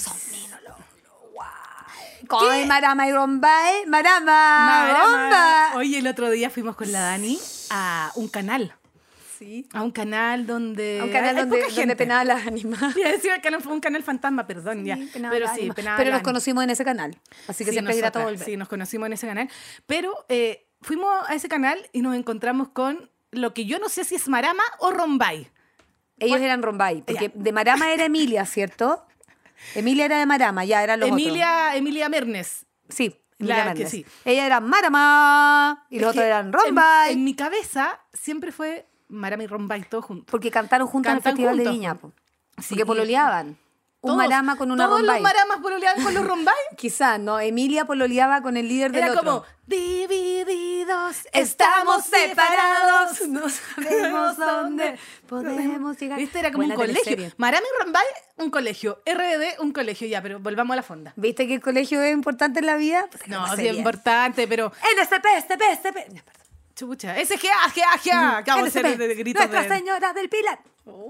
Con Marama y Rombay. Marama. Mara, Mara. Romba. Oye, el otro día fuimos con la Dani a un canal. Sí. A un canal donde. A un canal eh, hay- hay donde, poca donde gente. penaban las ánimas. Iba a decir que era un canal fantasma, perdón, ya. Sí, penaba Pero las sí, ánimas. penaba Pero las nos conocimos en ese canal. Así que Sí, siempre irá todo nosotras, volver. Sí, nos conocimos en ese canal. Pero eh, fuimos a ese canal y nos encontramos con lo que yo no sé si es Marama o Rombay. Ellos eran Rombay, porque de Marama era Emilia, ¿cierto? Emilia era de Marama, ya eran los otros. Emilia, Emilia Mernes. Sí, La Emilia que Méndez. sí. Ella era Marama y Es los que otros eran en- Rombay, En, mi cabeza siempre fue Marama y Rombay todos juntos. porque cantaron juntos en el Cantan Festival de juntos, Viña. po. Sí, porque y- pololeaban. Todos, Un Marama con una Todos Rombay. los Maramas pololeaban con los Rombay. Quizás, ¿no? Emilia pololeaba con el líder del Era otro. como, divididos, Estamos separados, no sabemos dónde podemos llegar. ¿Viste? Era como Buena un colegio. teleserie. Marama y Rombay, un colegio. RBD, un colegio. Ya, pero volvamos a la fonda. ¿Viste que el colegio es importante en la vida? Pues, No, no sé sí es bien. importante, pero... NSP, STP, STP. este Ya, perdón. este Chucha, ese GA, GA, Mm, GA. Ah, Acabo de hacer el de- gritos Nuestra de... Señora del Pilar.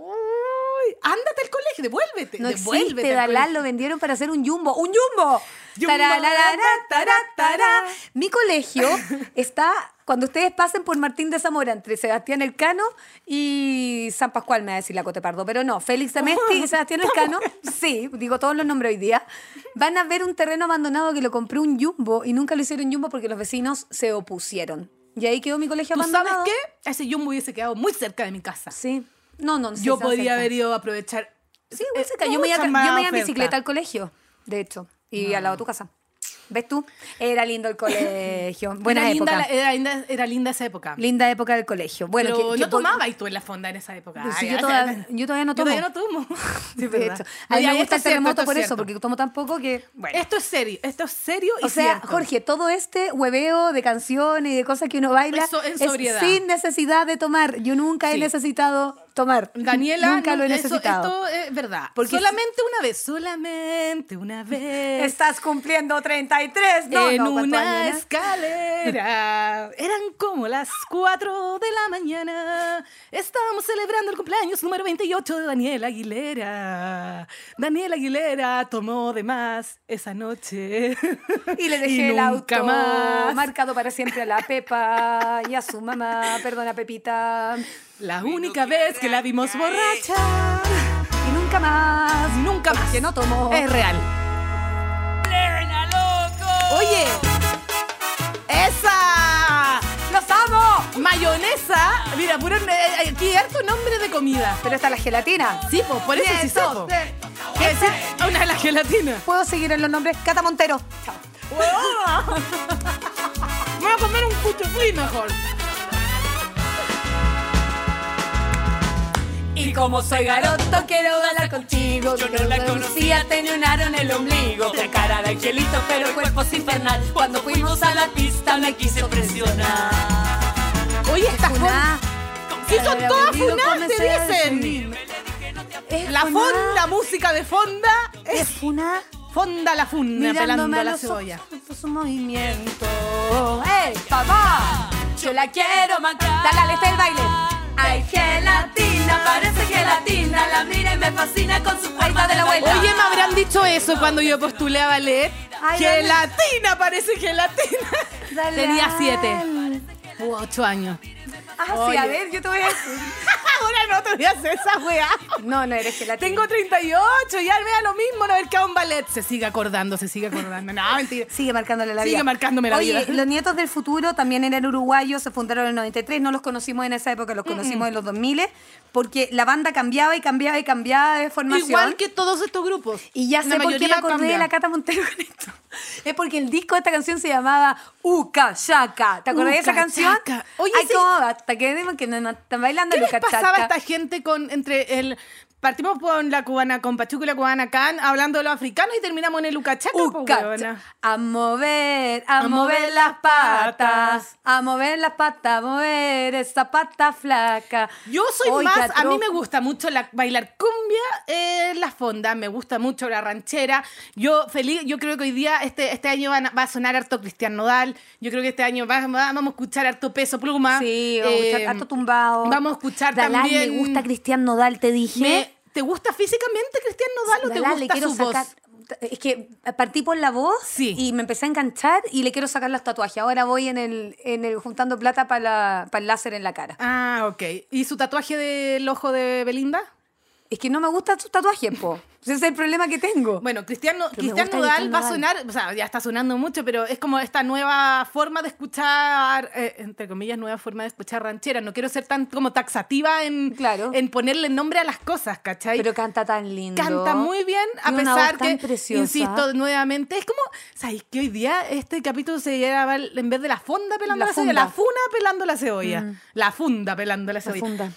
Uy, ándate al colegio, devuélvete. No devuélvete existe, al Dalal colegio. lo vendieron para hacer un jumbo. ¡Un jumbo! Jumbo. Tarararara, tará, tará. Mi colegio está, cuando ustedes pasen por Martín de Zamora, entre Sebastián Elcano y San Pascual, me va a decir la Cote Pardo, pero no, Félix Amesti y Sebastián Elcano, sí, digo todos los nombres hoy día, van a ver un terreno abandonado que lo compró un jumbo y nunca lo hicieron jumbo porque los vecinos se opusieron. Y ahí quedó mi colegio ¿Tú abandonado. sabes qué? Ese Jumbo hubiese quedado muy cerca de mi casa. Sí. No, no, no sé, Yo está podría cerca. haber ido a aprovechar. Sí, igual eh, cerca. Yo me iba, mucha yo más me iba en oferta. Ah. bicicleta al colegio, de hecho, y al lado de tu casa. ¿Ves tú? Era lindo el colegio. Buena era época. Linda, la- era, linda, era linda esa época. Linda época del colegio. Bueno, Pero que- que no por- tomaba y tú en la fonda en esa época. Sí, Ay, yo o sea, todavía- yo todavía no Yo tomo. todavía no tomo. De Sí, hecho, verdad. a mí Oye, me gusta el esto es cierto, terremoto esto es por eso, cierto. porque tomo tan poco que. Bueno. Esto es serio, esto es serio y O sea, cierto. Jorge, todo este hueveo de canciones y de cosas que uno baila Eso en es sobriedad. sin necesidad de tomar. Yo nunca he Sí. necesitado tomar. Daniela, nunca lo he no, eso- necesitado. esto es verdad. Porque- solamente una vez, solamente una vez. Estás cumpliendo 33, no, en no, ¿cuántos una años, no? escalera. Eran como las 4 de la mañana. Estábamos celebrando el cumpleaños número 28 de Daniela Aguilera. Daniela Aguilera tomó de más esa noche. Y le dejé Y el nunca auto más. marcado para siempre a la Pepa y a su mamá, perdona Pepita, La única vez que la vimos borracha. y nunca más. Nunca más. Que no tomó. Es real. ¡Oye! ¡Esa! ¡Los amo! ¡Mayonesa! mira, puro, eh, aquí harto nombre de comida. Pero está la gelatina. Sí, pues por eso sí sé, po. Que Esa- es una de las gelatinas. Puedo seguir en los nombres. Cata Montero. Chao. Voy a comer un cuchuflí mejor. Y como soy garoto, quiero hablar contigo. Yo no la conocía, tenía un aro en el ombligo. La cara de angelito, pero el cuerpo es infernal. Cuando fuimos a la pista, me quise presionar. Oye, estas Funá. fon- Sí, son todas funas, te dicen. La fonda, música de fonda. Es Es Funá. fonda la funda, pelando Mirándome a la los ojos, cebolla. su movimiento. ¡Ey, papá! Yo la quiero matar. Dale, Alex, el baile. Ay, gelatina, parece gelatina. La mira y me fascina con su forma de la vuelta. Oye, me habrán dicho eso cuando yo postulé a ballet. Ay, gelatina, parece gelatina. Dale, Tenía siete dale. u ocho años. Ah, sí, Oye. a ver, yo te voy a decir. Ahora no te voy a hacer esa weá. No, no eres gelatina. Tengo 38, ya me da lo mismo no haber quedado en ballet. Se sigue acordando, se sigue acordando. No, mentira. Sigue marcándole la Sigue vida. marcándome la Oye, vida. los nietos del futuro también eran uruguayos, se fundaron en el 93, no los conocimos en esa época, los conocimos en los 2000, porque la banda cambiaba y cambiaba y cambiaba de formación. Igual que todos estos grupos. Y ya sé La por qué me mayoría acordé de cambia. la Cata Montero con esto. Es porque el disco de esta canción se llamaba Uca Yaca. ¿Te acordás de esa Uca canción? Yaca. Oye, Ay, sí. cómo basta, que vemos que no, no, están bailando ¿Qué el les Uca pasaba a Yaca. esta gente con entre el partimos con la cubana con Pachuco y la cubana Can hablando de los africanos y terminamos en el Ucachaca, po, Uca, huevona? a mover, a, mover, las patas, a mover las patas, a mover esa pata flaca. Yo soy Oiga, más, a mí tro- me gusta mucho la, bailar cumbia en la fonda, me gusta mucho la ranchera. Yo feliz, yo creo que hoy día, este, este año van a- va a sonar harto Cristian Nodal, yo creo que este año va- va- vamos a escuchar harto peso pluma. Sí, vamos a Eh, escuchar harto tumbado. Vamos a escuchar Dalai, también. me gusta Cristian Nodal, te dije. Me- ¿Te gusta físicamente Cristian Nodal o te Dalá, le gusta quiero su sacar- voz? Es que partí por la voz Sí. y me empecé a enganchar y le quiero sacar los tatuajes. Ahora voy en el, en el juntando plata para el láser en la cara. Ah, ok. ¿Y su tatuaje del ojo de Belinda? Es que no me gustan sus tatuajes, po. Ese es el problema que tengo. Bueno, Cristiano, Pero me Cristian gusta Nodal Cristian va a Nodal. sonar, o sea, ya está sonando mucho, pero es como esta nueva forma de escuchar, eh, entre comillas, nueva forma de escuchar ranchera. No quiero ser tan como taxativa en, Claro. en ponerle nombre a las cosas, ¿cachai? Pero canta tan lindo. Canta muy bien, a Tiene una pesar voz tan que, preciosa. insisto nuevamente, es como, ¿sabéis que hoy día este capítulo se llegaba en vez de la fonda pelando La la, cebolla, la funda. Mm. funa pelando la cebolla, la funda pelando la cebolla? Profunda.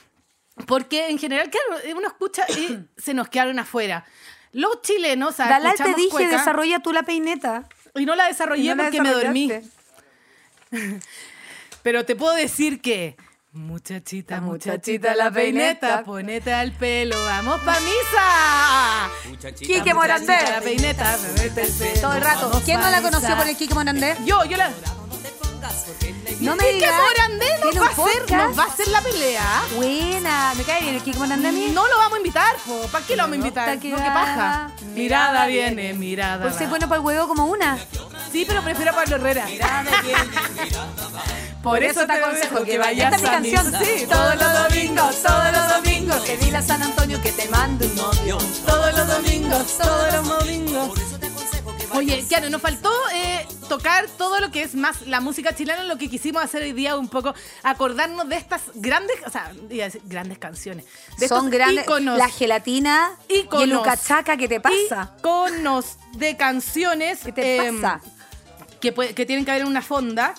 Porque en general, claro, eh, uno escucha y se nos quedaron afuera. Los chilenos, o sea, Dalal, te escuchamos dije, cueca desarrolla tú la peineta. y no la desarrollé Y no la porque me dormí. desarrollaste. Pero te puedo decir que. Muchachita, muchachita, la peineta, ponete al pelo, vamos pa' misa. Quique Morandé. Muchachita, La peineta, bebete el pelo, Todo el rato. vamos ¿Quién no la pa' conoció misa. por el Quique Morandé? Yo, yo la. No me Quique digas. Morandé nos ¿Tiene va, un a hacer, podcast? nos va a hacer la pelea. Buena. Me cae bien el Quique Morandé a mí. No lo vamos a invitar, po. ¿para qué lo vamos a invitar? Nota No, que qué da. paja. Mirada viene, mirada. Pues se va. pone para el huevo como una. Sí, pero prefiero a Pablo Herrera. Por eso te aconsejo que vayas Esta es mi a canción. misa. Sí, Todos los domingos, todos los domingos. Te dile a San Antonio que te mando un novio. Todos los domingos, todos los domingos. Oye, claro, nos faltó eh, tocar todo lo que es más la música chilena, lo que quisimos hacer hoy día un poco, acordarnos de estas grandes, o sea, iba a decir grandes canciones, de Son estos grandes. íconos, La gelatina y el Íconos. lucachaca que te pasa. íconos de canciones ¿Qué te em, pasa? que, puede- que tienen que haber en una fonda.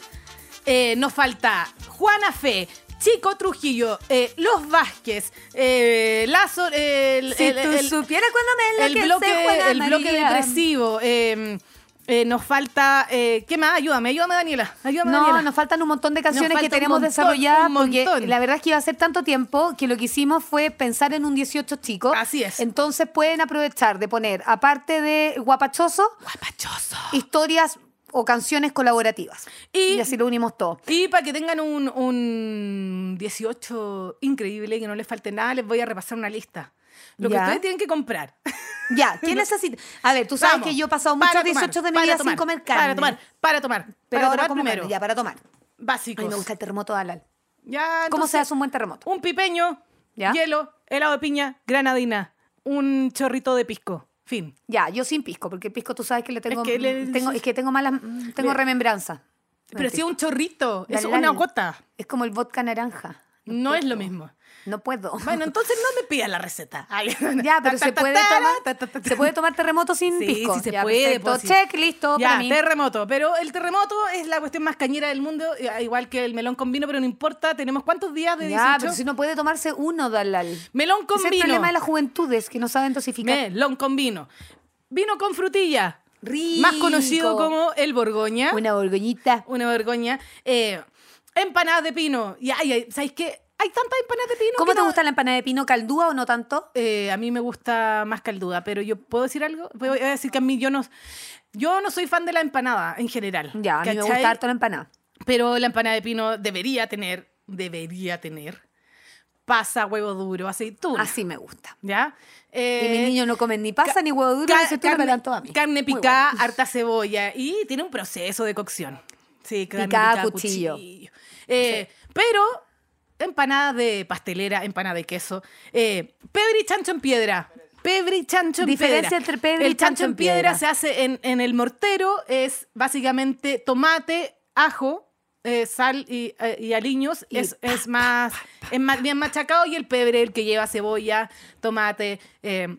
Eh, nos falta Juana Fe, Chico Trujillo, eh, Los Vázquez, eh, Lazo, el, Si el- tú el- supieras cuando me el enloquece, bloque, Juana el bloque María. depresivo. eh, eh, nos falta. eh, ¿Qué más? Ayúdame, ayúdame, Daniela. Ayúdame, No, Daniela. nos faltan un montón de canciones que falta un tenemos montón, desarrolladas un porque montón. la verdad es que iba a ser tanto tiempo que lo que hicimos fue pensar en un 18 chico. Así es. Entonces pueden aprovechar de poner, aparte de guapachoso, Guapachoso. historias o canciones colaborativas. Y, Y- así lo unimos todo. Y para que tengan un, un 18 increíble y que no les falte nada, les voy a repasar una lista. Lo Ya. que ustedes tienen que comprar. Ya, ¿qué necesita? A ver, tú sabes Vamos. que yo he pasado muchos Para 18 tomar, de mi para vida tomar, sin comer carne. Para tomar, para tomar. Pero para ahora tomar como primero. carne, ya, para tomar. Básicos. Ay, me gusta el terremoto de Alal. Ya, ¿Cómo entonces, se hace un buen terremoto? Un pipeño, Ya. hielo, helado de piña, granadina, un chorrito de pisco. Fin. Ya, yo sin pisco, porque el pisco tú sabes que le tengo. mm, que le- tengo es que tengo malas. mm, Tengo Le- remembranza. Pero si es un chorrito, es Dale, una dale. gota. Es como el vodka naranja. No es lo mismo. No puedo. Bueno, entonces no me pidas la receta. Ay, ya, ta, pero ta, se ta, puede, ta, ta, ta, ta, tomar, ta. se puede tomar terremoto sin Sí, pisco. sí se Ya, puede, perfecto. pues, sí. Check, listo Ya, para mí. terremoto. Pero el terremoto es la cuestión más cañera del mundo, eh, igual que el melón con vino, pero no importa. Tenemos cuántos días de 18. Ya, pero si no puede tomarse uno, Dalal. Melón con Ese es el vino. problema de las juventudes, que no saben dosificar. Melón con vino. Vino con frutilla. Rico. Más conocido como el Borgoña. Una borgoñita. Una Borgoña. Eh, empanadas de pino. Y ay, ay, ¿sabéis qué? Hay tantas empanadas de pino. ¿Cómo que te no- gusta la empanada de pino? ¿Caldúa o no tanto? Eh, a mí me gusta más calduda, pero yo puedo decir algo, voy a decir que a mí yo no, yo no soy fan de la empanada en general. Ya, a mí me ¿cachai? gusta harto la empanada. Pero la empanada de pino debería tener, debería tener pasa, huevo duro, aceituna. Así me gusta. ¿Ya? y mis Eh, niños no comen ni pasa, ni huevo duro, ca- ni aceituna, me dan todo a mí. carne Muy bueno. picada, harta cebolla y tiene un proceso de cocción. Sí, carne Picada a cuchillo. Eh, Pero empanada de pastelera, empanada de queso, eh, pebre y chancho en piedra. Pebre y chancho en Diferencia piedra. entre pebre y el chancho en piedra, piedra. se hace en, en el mortero, es básicamente tomate, ajo, eh, sal y, eh, y aliños, Y es, es más, es más bien machacado y el pebre, el que lleva cebolla, tomate, eh,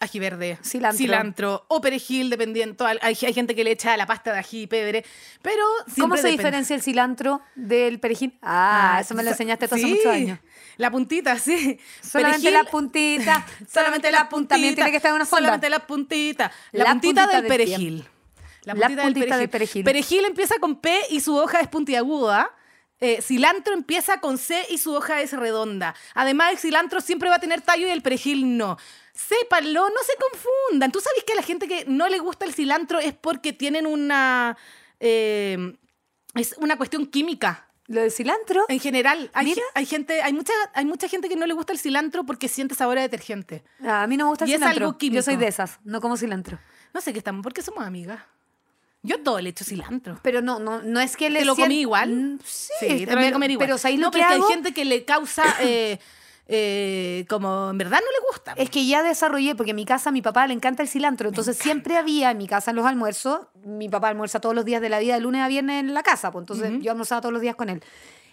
ají verde, Cilantro. o perejil, dependiendo. Hay, hay gente que le echa la pasta de ají y pebre, pero siempre ¿Cómo se depende. diferencia el cilantro del perejil? Ah, eso me lo enseñaste tú hace sí, muchos años. La puntita, sí. Solamente Perejil, la puntita, solamente la puntita. También tiene que estar en una sonda. Solamente la puntita. La, La puntita, puntita del del pie. perejil. La puntita del perejil. empieza con P y su hoja es puntiaguda. Eh, cilantro empieza con C y su hoja es redonda. Además, el cilantro siempre va a tener tallo y el perejil no. Sépanlo, no se confundan. ¿Tú sabes que a la gente que no le gusta el cilantro es porque tienen una... eh, es una cuestión química. Lo del cilantro, En general, hay, Mira. ge- hay gente, hay mucha, hay mucha gente que no le gusta el cilantro porque siente sabor a detergente. a mí no me gusta el Y es cilantro. algo químico. Yo soy de esas, no como cilantro. No sé qué estamos, porque somos amigas. Yo todo le echo cilantro. Pero no, no, no es que le ¿Te lo sien- comí igual? Mm, Sí, te lo voy a pero- comer igual. Pero ¿sabéis lo no, que pero es hago? hay gente que le causa eh, eh, como en verdad no le gusta. Es que ya desarrollé, porque en mi casa a mi papá le encanta el cilantro, entonces siempre había en mi casa en los almuerzos, mi papá almuerza todos los días de la vida, de lunes a viernes en la casa, pues entonces yo almorzaba todos los días con él.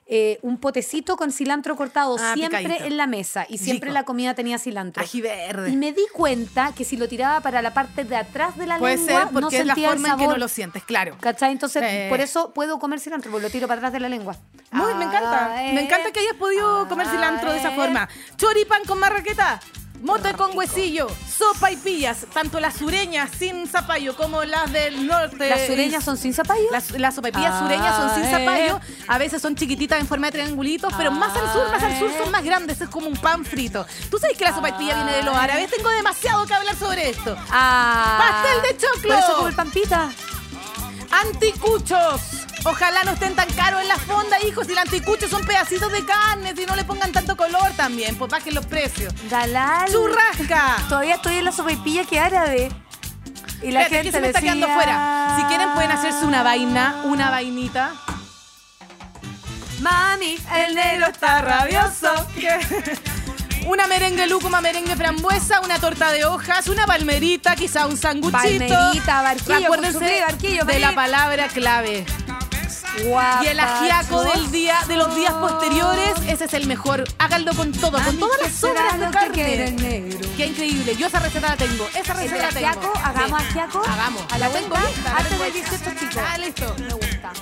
Eh, un potecito con cilantro cortado Ah, siempre picadito. en la mesa y siempre Rico. la comida tenía cilantro. Ají verde. Y me di cuenta que si lo tiraba para la parte de atrás de la Puede lengua, ser porque no es la sentía forma el en que sabor. no lo sientes, claro. ¿Cachai? Entonces, Sí. por eso puedo comer cilantro, porque lo tiro para atrás de la lengua. Muy, me encanta. Ah, me eh. encanta que hayas podido comer Ah, cilantro de esa eh. forma. Choripan con marraqueta. Mote con huesillo, sopa y pillas, tanto las sureñas sin zapallo como las del norte. ¿Las sureñas son sin zapallo? Las, las sopaipillas sureñas son sin Ah, zapallo. eh. A veces son chiquititas en forma de triangulitos, pero más al sur, más al sur son más grandes. Es como un pan frito. ¿Tú sabes que la sopaipilla viene de los árabes? Tengo demasiado que hablar sobre esto. Ah. ¡Pastel de choclo! Por eso como el pampita. ¡Anticuchos! Ojalá no estén tan caros en la fonda, hijos. Y el anticucho son pedacitos de carne. Si no le pongan tanto color también, pues bajen los precios. Galal. ¡Churrasca! Todavía estoy en la sopaipilla que árabe. Y la Espérate, gente que se me está decía- quedando fuera. Si quieren pueden hacerse una vaina, una vainita. Mami, el negro está rabioso. Una merengue lúcuma, merengue frambuesa, una torta de hojas, una palmerita, quizá un sanguchito. Palmerita, barquillo, Acuérdense consumí, barquillo, de la maní. palabra clave. Y el ajiaco del día, de los días posteriores, ese es el mejor. Háganlo con todo, con todas las sobras de Que quiere el carne. negro. Qué increíble, yo esa receta la tengo, esa eh. El receta del la tengo. ajiaco, hagamos Sí. ajiaco. Hagamos, A la tengo vuelta, lista, la antes tengo del hecha. 18, chicos. Ah, listo. Me gusta.